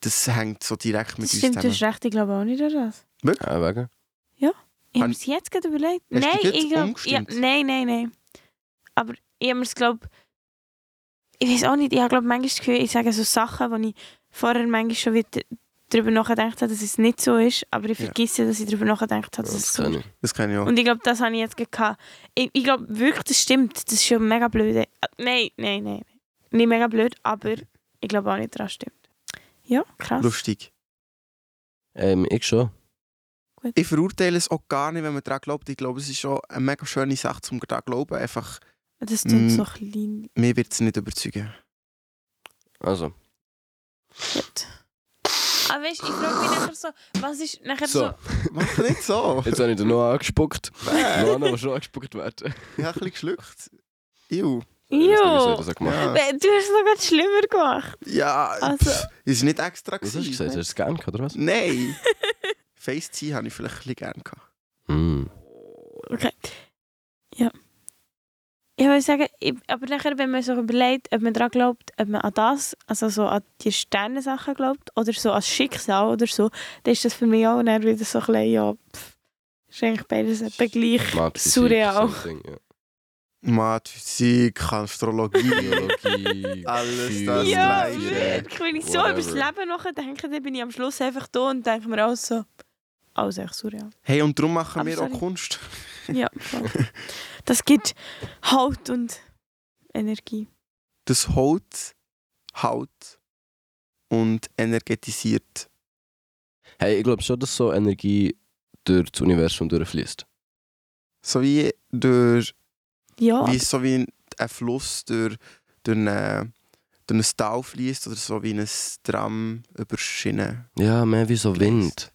Speaker 1: das hängt so direkt mit
Speaker 2: Das
Speaker 1: uns
Speaker 2: stimmt, du
Speaker 1: zusammen.
Speaker 2: hast recht, ich glaube auch nicht an das.
Speaker 3: Ja, wegen.
Speaker 2: Ich
Speaker 1: Kann-
Speaker 2: habe es jetzt gerade überlegt.
Speaker 1: Hast du
Speaker 2: Nein,
Speaker 1: dich jetzt
Speaker 2: ich glaube... Ja,
Speaker 1: umgestimmt?
Speaker 2: nein, nein, nein. Aber ich habe mir es, glaube ich... weiß auch nicht, ich habe glaube manchmal das Gefühl, ich sage so Sachen, wo ich vorher manchmal schon wieder darüber nachgedacht habe, dass es nicht so ist, aber ich
Speaker 1: Ja.
Speaker 2: vergesse, dass ich darüber nachgedacht habe,
Speaker 3: Ja,
Speaker 2: dass es
Speaker 3: das
Speaker 2: so ist.
Speaker 3: kann ich.
Speaker 1: Das kann ich auch.
Speaker 2: Und ich glaube, das habe ich jetzt gerade gehabt. Ich, ich glaube wirklich, das stimmt. Das ist schon mega blöd. Äh, Nein, nein, nein. Nicht mega blöd, aber ich glaube auch nicht, dass das stimmt. Ja, krass.
Speaker 1: Lustig.
Speaker 3: Ähm, ich schon.
Speaker 1: ich verurteile es auch gar nicht, wenn man daran glaubt. Ich glaube, es ist schon eine mega schöne Sache, um daran zu glauben. Einfach,
Speaker 2: Das tut
Speaker 1: Mm.
Speaker 2: so klein.
Speaker 1: mir wird es nicht überzeugen.
Speaker 3: Also.
Speaker 2: Gut. Aber weißt du, ich frage mich nachher so, was ist nachher so.
Speaker 3: So,
Speaker 1: Mach nicht so.
Speaker 3: jetzt habe ich den Noah angespuckt.
Speaker 1: Bäh.
Speaker 3: Noah muss schon angespuckt werden.
Speaker 1: ich habe ein bisschen geschluckt. Iu.
Speaker 3: Ich weiß
Speaker 2: Jo!
Speaker 3: nicht, wieso ich das so gemacht
Speaker 1: Ja,
Speaker 2: Weh, Du hast es sogar schlimmer gemacht.
Speaker 1: ja
Speaker 2: Also-
Speaker 1: pff, ist nicht extra
Speaker 3: Was hast du
Speaker 1: gewesen.
Speaker 3: gesagt? Hast du es gern gehabt, oder was?
Speaker 1: Nein. Face-Tea habe ich vielleicht ein bisschen gerne gehabt.
Speaker 3: Hm.
Speaker 2: Okay. Ja. Ich würde sagen, ich, aber nachher, wenn man so überlegt, ob man daran glaubt, ob man an das, also so an die Sternensachen glaubt oder so an Schicksal oder so, dann ist das für mich auch dann wieder so ein bisschen, dus ja, pff, dus ist eigentlich beides etwa gleich.
Speaker 3: Mathematik,
Speaker 2: Surreal.
Speaker 3: so ein Ding, ja.
Speaker 1: Math, Physik, Astrologie.
Speaker 3: Biologie.
Speaker 1: Alles das
Speaker 3: Physik,
Speaker 2: Ja,
Speaker 1: Gleiche.
Speaker 3: Tiere.
Speaker 2: wirklich. Wenn ich so
Speaker 3: Whatever.
Speaker 2: über das Leben nachdenke, dann bin ich am Schluss einfach da und denke mir auch so, alles echt surreal.
Speaker 1: hey, und darum machen
Speaker 2: Aber
Speaker 1: wir
Speaker 2: sorry.
Speaker 1: auch Kunst.
Speaker 2: Ja, voll. das gibt Halt und Energie.
Speaker 1: Das Holz haut und energetisiert.
Speaker 3: Hey, ich glaube schon, dass so Energie durch das Universum durchfließt.
Speaker 1: So wie durch
Speaker 2: Ja,
Speaker 1: wie so wie ein Fluss durch, durch, eine, durch ein Tal fließt oder so wie ein Tram über Schienen.
Speaker 3: Ja, mehr wie so Wind.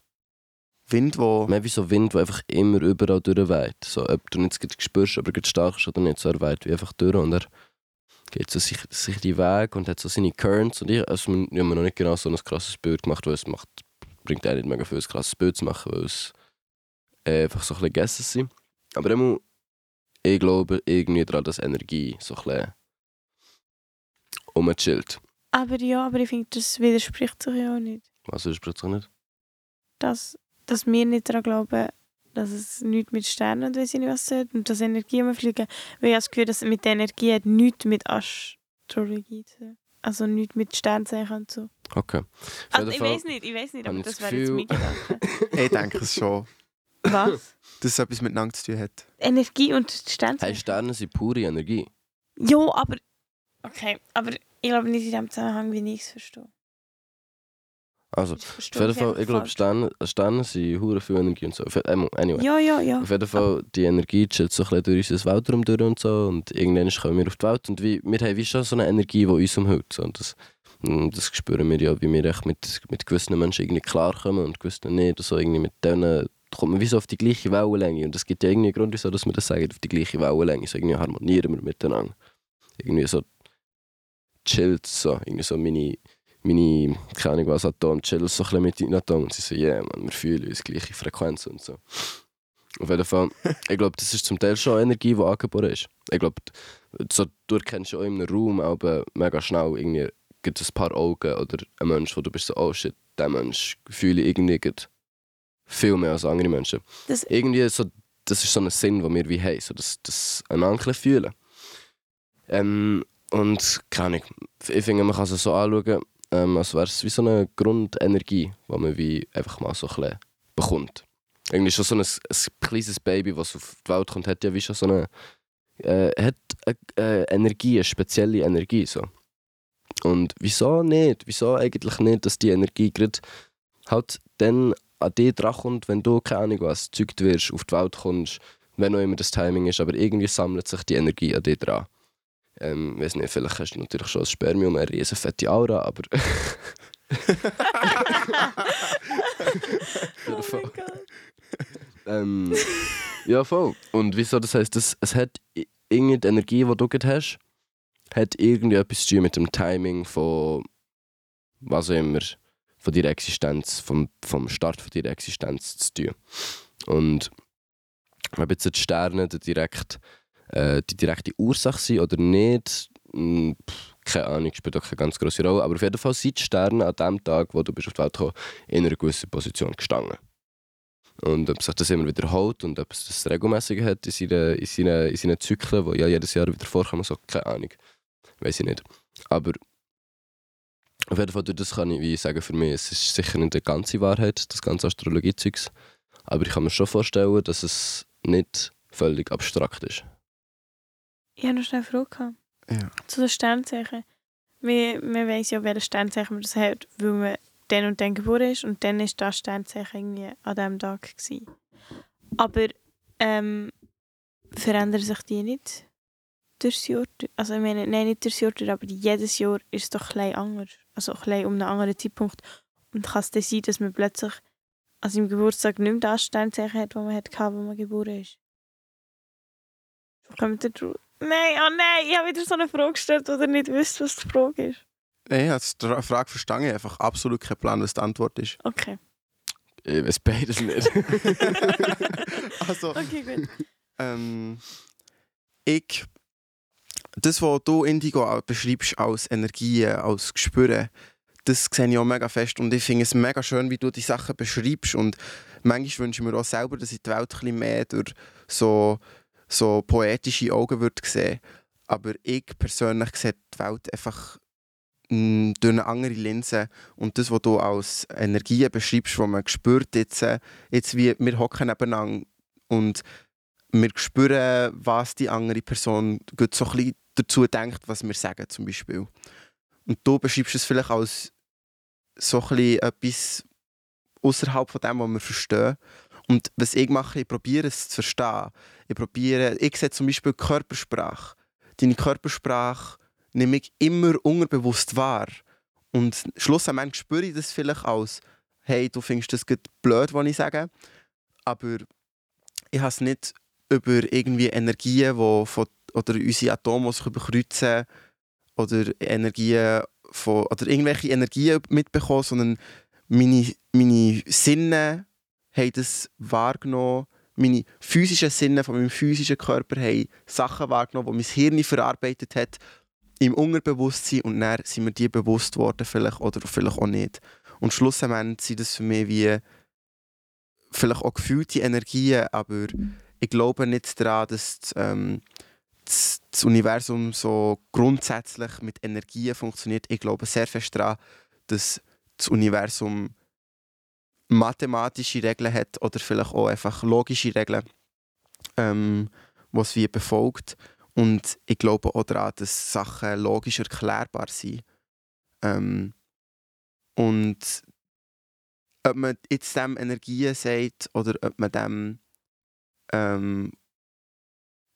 Speaker 1: Wind, wo
Speaker 3: Mehr wie so Wind, der einfach immer überall durchweht. So, ob du ihn jetzt gerade spürst, ob er gerade stark ist oder nicht, so er weht wie einfach durch und er geht so sich, sich die Weg und hat so seine Currents. Und ich, also, wir wir haben noch nicht genau so ein krasses Bild gemacht, weil es macht, bringt auch nicht mega viel, ein krasses Bild zu machen, weil es äh, einfach so ein bisschen gegessen sind. Aber immer, ich glaube irgendwie daran, dass Energie so ein bisschen rumchillt.
Speaker 2: aber ja, aber ich finde, das widerspricht sich ja auch nicht.
Speaker 3: Was Also, ist plötzlich nicht?
Speaker 2: dass, dass wir nicht daran glauben, dass es nichts mit Sternen und weiss ich nicht was zu tun hat und dass Energie fliegen. Weil ich habe das Gefühl, dass mit der Energie hat nichts mit Astrologie zu tun. Also nichts mit Sternzeichen und so.
Speaker 3: Okay. Auf
Speaker 2: Also,
Speaker 3: jeden
Speaker 2: ich
Speaker 3: Fall-
Speaker 2: weiß nicht, ich weiß nicht, aber
Speaker 3: habe ich
Speaker 2: das
Speaker 3: das
Speaker 2: wäre jetzt mein
Speaker 3: Gefühl-
Speaker 2: Gedanke.
Speaker 1: ich denke es schon,
Speaker 2: Was?
Speaker 1: dass es etwas miteinander zu tun hat.
Speaker 2: Energie und
Speaker 3: Hey,
Speaker 2: Sternzeichen?
Speaker 3: Sterne sind pure Energie.
Speaker 2: Jo, aber... Okay, aber ich glaube nicht in dem Zusammenhang, wie ich es verstehe.
Speaker 3: Also,
Speaker 2: Ich verstehe
Speaker 3: auf jeden
Speaker 2: es einfach
Speaker 3: Fall, ich glaube,
Speaker 2: falsch.
Speaker 3: Sterne, Sterne sind hure viel Energie und so. Auf- ähm, Anyway.
Speaker 2: Ja, ja, ja.
Speaker 3: Auf jeden Fall, die Energie chillt so ein bisschen durch unser Weltraum durch und so. Und irgendwann kommen wir auf die Welt. Und wie, wir haben wie schon so eine Energie, die uns umhüllt. So. Und das, und das spüren wir ja, wie wir echt mit, mit gewissen Menschen irgendwie klarkommen und gewissen nicht. Und so irgendwie mit denen kommt man wie so auf die gleiche Wellenlänge. Und es gibt ja irgendwie einen Grund, wieso dass wir das sagen, auf die gleiche Wellenlänge. So irgendwie harmonieren wir miteinander. Irgendwie so chillt so. Irgendwie so meine, meine keine Ahnung was, Atom chillt so ein bisschen mit deinen Atom. Und sie so, yeah, man, wir fühlen uns gleiche Frequenz und so. Auf jeden Fall. Ich glaube, das ist zum Teil schon Energie, die angeboren ist. Ich glaube, so, du erkennst ja auch in einem Raum aber mega schnell irgendwie gibt es ein paar Augen oder ein Mensch, wo du bist so, oh shit, der Mensch fühle ich irgendwie gerade viel mehr als andere Menschen.
Speaker 2: Das-
Speaker 3: irgendwie so das ist so ein Sinn, den wir wie haben, so das, das einander fühlen. Ähm, und keine Ahnung, ich finde, man kann es so anschauen, ähm, als wäre es wie so eine Grundenergie, die man wie einfach mal so ein bisschen bekommt. Irgendwie schon so ein, ein kleines Baby, das auf die Welt kommt, hat ja wie schon so eine, äh, hat eine äh, Energie, eine spezielle Energie. So. Und wieso nicht? Wieso eigentlich nicht, dass die Energie gerade halt dann an dich drankommt, wenn du, keine Ahnung was, gezeugt wirst, auf die Welt kommst, wenn auch immer das Timing ist, aber irgendwie sammelt sich die Energie an dich dran. Ähm, weiß nicht, vielleicht hast du natürlich schon als Spermium eine riesen fette Aura, aber
Speaker 2: oh mein
Speaker 3: Fall.
Speaker 2: Gott.
Speaker 3: ähm,
Speaker 2: Mm.
Speaker 3: ja voll. Und wieso, das heisst, es, es hat i- irgendeine Energie, die du gerade hast, hat irgendwie etwas zu tun mit dem Timing von was auch immer, von deiner Existenz, vom, vom Start von deiner Existenz zu tun. Und ob jetzt die Sterne die, direkt, äh, die direkte Ursache sind oder nicht, mh, pff, keine Ahnung, spielt auch keine ganz große Rolle. Aber auf jeden Fall sind die Sterne an dem Tag, wo du bist auf die Welt gekommen in einer gewissen Position gestanden. Und ob sich das immer wiederholt und ob es das regelmäßig hat in seinen, in, seinen, in seinen Zyklen, die ja jedes Jahr wieder vorkommen, so keine Ahnung. Weiß ich nicht. Aber auf jeden Fall, durch das kann ich wie sagen, für mich es ist sicher nicht die ganze Wahrheit, das ganze Astrologie-Zeugs. Aber ich kann mir schon vorstellen, dass es nicht völlig abstrakt ist.
Speaker 2: Ich habe noch schnell eine Frage gehabt.
Speaker 1: Ja.
Speaker 2: zu den Sternzeichen. Man, man weiß ja, welches Sternzeichen man das hat, weil man dann und dann geboren ist und dann ist das Sternzeichen irgendwie an diesem Tag. Gewesen. Aber ähm, verändern sich die nicht durchs Jahr? durch? Also ich meine, nein, nicht durchs Jahr, durch, aber jedes Jahr ist es doch ein bisschen anders. Also ein bisschen um einen anderen Zeitpunkt. Und kann es dann sein, dass man plötzlich an seinem Geburtstag nicht mehr das Sternzeichen hat, das man hatte, als man geboren ist? Kommt ihr drauf? Nein, oh nein, ich habe wieder so eine Frage gestellt, oder nicht wisst, was die Frage ist.
Speaker 1: Nein, ich habe die Frage verstanden, einfach absolut keinen Plan, was die Antwort ist.
Speaker 2: Okay.
Speaker 3: Ich weiß beides nicht.
Speaker 1: Also,
Speaker 2: Okay, gut.
Speaker 1: ähm, ich, das, was du Indigo auch beschreibst als Energie, als Gespüren, das sehe ich auch mega fest und ich finde es mega schön, wie du die Sachen beschreibst und manchmal wünsche ich mir auch selber, dass ich die Welt ein bisschen mehr durch so, so poetische Augen würde sehen. Aber ich persönlich sehe die Welt einfach mm, durch eine andere Linse und das, was du als Energie beschreibst, was man spürt jetzt, äh, jetzt wie wir hocken nebeneinander und wir spüren, was die andere Person gut so ein bisschen dazu denkt, was wir sagen zum Beispiel. Und du beschreibst es vielleicht als so ein bisschen etwas außerhalb von dem, was wir verstehen. Und was ich mache, ich probiere es zu verstehen. Ich probiere, ich sehe zum Beispiel die Körpersprache. Deine Körpersprache nehme ich immer unterbewusst wahr. Und schlussendlich spüre ich das vielleicht als, hey, du findest das gerade blöd, was ich sage. Aber ich habe es nicht über irgendwie Energien, die von, oder unsere Atome, die sich überkreuzen, oder Energien von, oder irgendwelche Energien mitbekommen, sondern meine, meine Sinne haben das wahrgenommen, meine physischen Sinne von meinem physischen Körper haben Sachen wahrgenommen, die mein Hirn verarbeitet hat, im Unterbewusstsein und dann sind mir die bewusst worden vielleicht oder vielleicht auch nicht. Und schlussendlich sind das für mich wie vielleicht auch gefühlte Energien, aber ich glaube nicht daran, dass das, ähm, das, das Universum so grundsätzlich mit Energien funktioniert. Ich glaube sehr fest daran, dass das Universum mathematische Regeln hat oder vielleicht auch einfach logische Regeln, ähm, was wir befolgt. Und ich glaube auch daran, dass Sachen logisch erklärbar sind. Ähm, und ob man jetzt dem Energien sagt oder ob man dem ähm,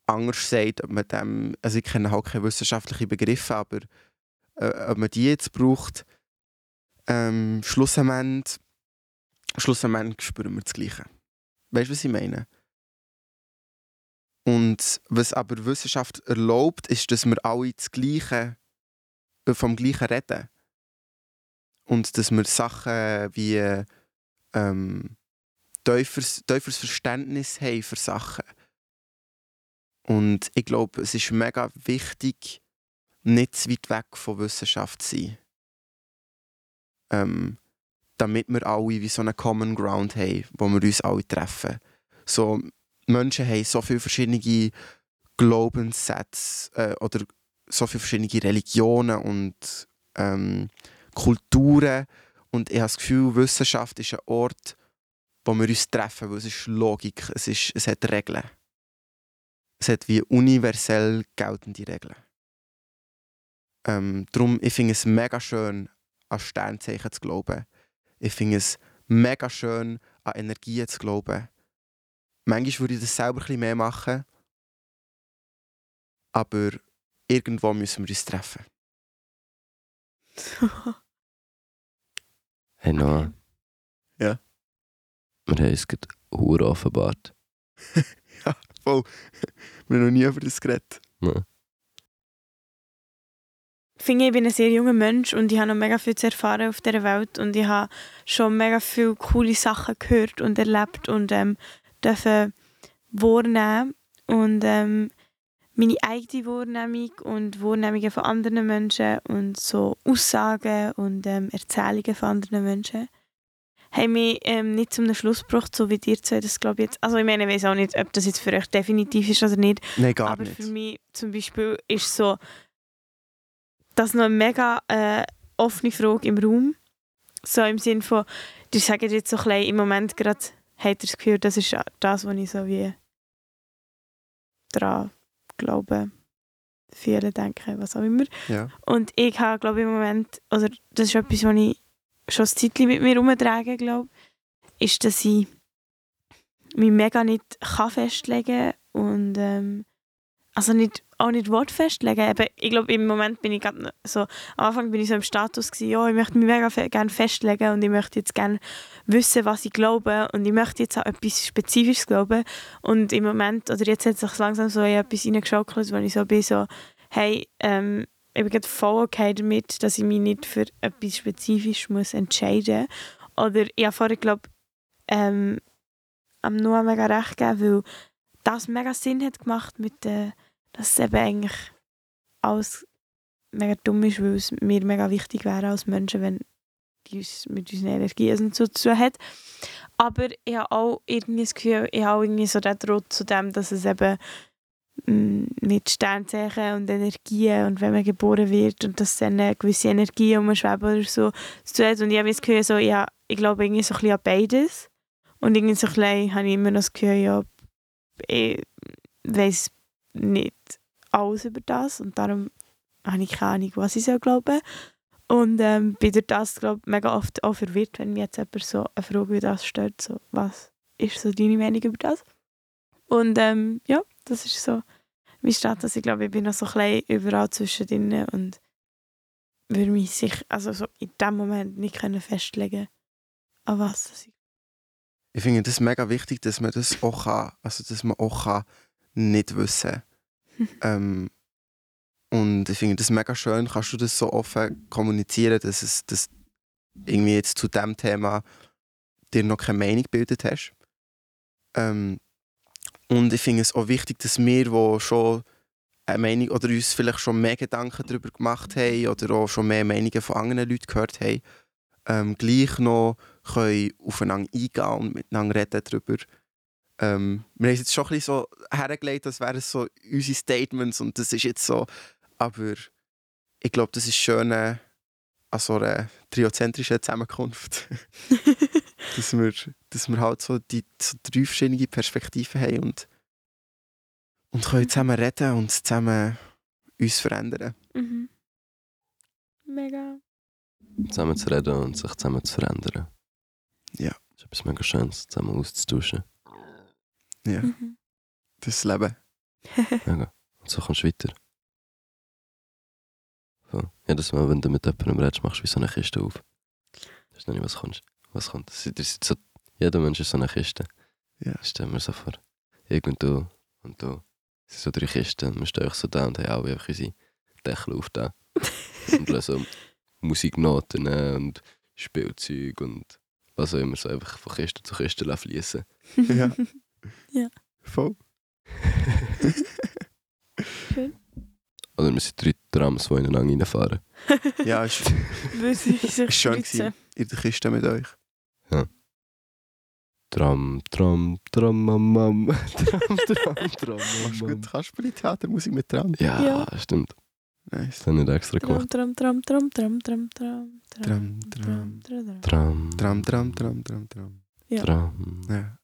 Speaker 1: anders sagt, ob man dem, also ich kenne halt keine wissenschaftlichen Begriffe, aber äh, ob man die jetzt braucht, ähm, schlussendlich, schlussendlich spüren wir das Gleiche. Weißt du, was ich meine? Und was aber Wissenschaft erlaubt, ist, dass wir alle das Gleiche, äh, vom Gleichen reden. Und dass wir Sachen wie ähm, tiefes, tiefes Verständnis haben für Sachen. Und ich glaube, es ist mega wichtig, nicht zu weit weg von Wissenschaft zu sein. Ähm, damit wir alle wie so einen Common Ground haben, wo wir uns alle treffen. So, Menschen haben so viele verschiedene Glaubenssätze äh, oder so viele verschiedene Religionen und ähm, Kulturen. Und ich habe das Gefühl, Wissenschaft ist ein Ort, wo wir uns treffen, weil es ist Logik, es, ist, es hat Regeln. Es hat wie universell geltende Regeln. Ähm, darum, ich finde es mega schön, an Sternzeichen zu glauben. Ich finde es mega schön, an Energien zu glauben. Manchmal würde ich das selber ein bisschen mehr machen, aber irgendwo müssen wir uns treffen.
Speaker 3: Hey Noah.
Speaker 1: Ja?
Speaker 3: Wir haben uns gerade hure offenbart.
Speaker 1: Wir haben noch nie über das geredet.
Speaker 2: Ich finde, ich bin ein sehr junger Mensch und ich habe noch mega viel zu erfahren auf dieser Welt und ich habe schon mega viele coole Sachen gehört und erlebt und ähm, dürfen wahrnehmen und ähm, meine eigene Wahrnehmung und Wahrnehmungen von anderen Menschen und so Aussagen und ähm, Erzählungen von anderen Menschen haben mich ähm, nicht zum Schluss gebracht, so wie dir zwei das glaube ich jetzt. Also ich meine, ich weiß auch nicht, ob das jetzt für euch definitiv ist oder nicht,
Speaker 1: Nein, gar
Speaker 2: aber
Speaker 1: nicht.
Speaker 2: für mich zum Beispiel ist so, dass noch eine mega äh, offene Frage im Raum. So im Sinn von, die sagen jetzt so klein, im Moment gerade, habt ihr das Gefühl, das ist das, was ich so wie dran glaube, viele denken, was auch immer.
Speaker 1: Ja.
Speaker 2: Und ich habe, glaube ich, im Moment, oder das ist etwas, was ich schon ein Zeitchen mit mir herumtrage, glaube ist, dass ich mich mega nicht kann festlegen und ähm, also nicht, auch nicht Wort festlegen. Eben, ich glaube, im Moment bin ich gerade noch so, am Anfang bin ich so im Status gewesen, ja, ich möchte mich mega fe gerne festlegen und ich möchte jetzt gerne wissen, was ich glaube und ich möchte jetzt auch etwas Spezifisches glauben und im Moment, oder jetzt hat sich langsam so in etwas reingeschaukelt, wo ich so bin, so, hey, ähm, ich bin gerade voll okay damit, dass ich mich nicht für etwas Spezifisches muss entscheiden muss. Oder ich habe vorher, glaube ähm, am Noah mega recht gegeben, weil das mega Sinn hat gemacht, mit, äh, dass es eben eigentlich alles mega dumm ist, weil es mir mega wichtig wäre als Menschen, wenn die uns mit unseren Energien also nicht so zu tun hat. Aber ich habe auch irgendwie das Gefühl, ich habe auch irgendwie so den Druck zu dem, dass es eben mm, mit Sternzeichen und Energien und wenn man geboren wird und dass dann eine gewisse Energie umschweben oder so zu tun hat. Und ich habe das Gefühl, so, ja, ich glaube irgendwie so ein bisschen an beides. Und irgendwie so ein bisschen habe ich immer noch das Gefühl, ja, ich weiß nicht alles über das und darum habe ich keine Ahnung, was ich soll glauben Und ähm, bin durch das, glaube ich, mega oft auch verwirrt, wenn mir jetzt jemand so eine Frage wie das stellt, so, was ist so deine Meinung über das? Und ähm, ja, das ist so mein Status. Ich glaube, ich bin noch so klein überall zwischendrin und würde mich sich also so in dem Moment nicht können festlegen an was das ich...
Speaker 1: Ich finde das mega wichtig, dass man das auch kann, also dass man auch kann nicht wissen ähm, Und ich finde das mega schön, kannst du das so offen kommunizieren, dass es dass irgendwie jetzt zu dem Thema dir noch keine Meinung gebildet hast. Ähm, und ich finde es auch wichtig, dass wir, wo schon eine Meinung oder uns vielleicht schon mehr Gedanken darüber gemacht haben oder auch schon mehr Meinungen von anderen Leuten gehört haben, ähm, gleich noch können aufeinander eingehen und miteinander reden darüber. Ähm, wir haben es jetzt schon ein bisschen so hergelegt, als wären es so unsere Statements und das ist jetzt so. Aber ich glaube, das ist schön äh, an so einer triozentrischen Zusammenkunft, dass, wir, dass wir halt so die so drei verschiedene Perspektiven haben und, und können zusammen reden und zusammen uns verändern.
Speaker 2: mhm. Mega.
Speaker 3: Zusammen zu reden und sich zusammen zu verändern.
Speaker 1: Ja.
Speaker 3: Das ist etwas mega Schönes, zusammen auszutauschen.
Speaker 1: Ja,
Speaker 2: Mhm.
Speaker 1: das ist das Leben.
Speaker 3: Mega. Und so kommst du weiter. Voll. Jedes Mal, wenn du mit jemandem redest, machst du wie so eine Kiste auf. Du weißt noch nicht, was kommt. Was kommt. Das ist, das ist so, jeder Mensch ist so eine Kiste.
Speaker 1: Ja.
Speaker 3: Das stellen wir so vor. Irgendwo und da. Es sind so drei Kisten. Und wir stehen euch so da und haben alle einfach unsere Deckel auf da. Und
Speaker 2: Mhm.
Speaker 3: lösen Musiknoten äh, und Spielzeug und was auch immer. So einfach von Kiste zu Kiste fließen.
Speaker 1: Ja. Voll.
Speaker 2: Schön.
Speaker 3: Oder wir sind drei Trams, die ineinander reinfahren.
Speaker 1: Ja, ist
Speaker 2: Würde ich sich
Speaker 1: Schön
Speaker 2: grüßen.
Speaker 1: in der Kiste mit euch.
Speaker 3: Tram, Tram, Tram, Mam, Mam. Tram, Tram, Tram, Mam,
Speaker 1: Machst du
Speaker 3: Mam.
Speaker 1: gut Kasperli-Theatermusik mit dran?
Speaker 3: Ja,
Speaker 2: Ja. Genau.
Speaker 3: stimmt.
Speaker 1: Nice.
Speaker 3: Das habe ich nicht extra gemacht.
Speaker 2: Tram, tram, tram, tram, tram, tram, tram, tram,
Speaker 1: Tram, tram.
Speaker 2: tram, tram, tram.
Speaker 3: Tram,
Speaker 1: Tram, tram, tram, tram, tram.
Speaker 2: Ja.
Speaker 3: Tram.
Speaker 1: Ja.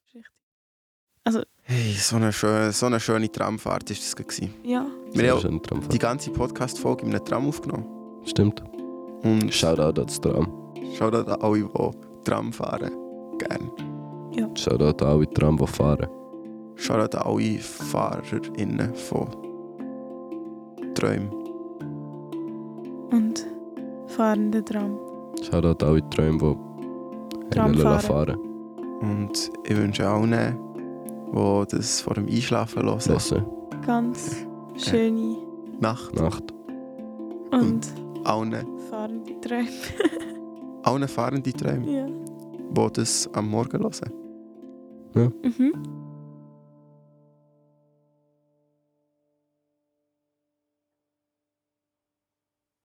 Speaker 2: Also-
Speaker 1: Hey, so eine schöne, so eine schöne Tramfahrt war das. gewesen.
Speaker 2: Ja,
Speaker 1: Wir haben
Speaker 3: Schöne Tramfahrt.
Speaker 1: die ganze Podcast-Folge in einem Tram aufgenommen.
Speaker 3: Stimmt.
Speaker 1: Und
Speaker 3: Shoutout ans Tram.
Speaker 1: schau da an alle, die Tram fahren. Gerne.
Speaker 3: Shoutout an alle Tram, die fahren.
Speaker 1: Schau da an alle FahrerInnen von Träumen.
Speaker 2: und fahrende Tram.
Speaker 3: Shoutout an alle Träume, die
Speaker 2: Tram
Speaker 3: einen lassen
Speaker 2: fahren.
Speaker 3: fahren.
Speaker 1: Und ich wünsche allen, die das vor dem Einschlafen hören,
Speaker 3: Lassen.
Speaker 2: Ganz schöne
Speaker 1: Nacht.
Speaker 3: Nacht.
Speaker 2: und
Speaker 1: Allen,
Speaker 2: fahrende Träume.
Speaker 1: allen fahrenden Träumen,
Speaker 2: ja.
Speaker 1: die das am Morgen hören.
Speaker 2: Mhm.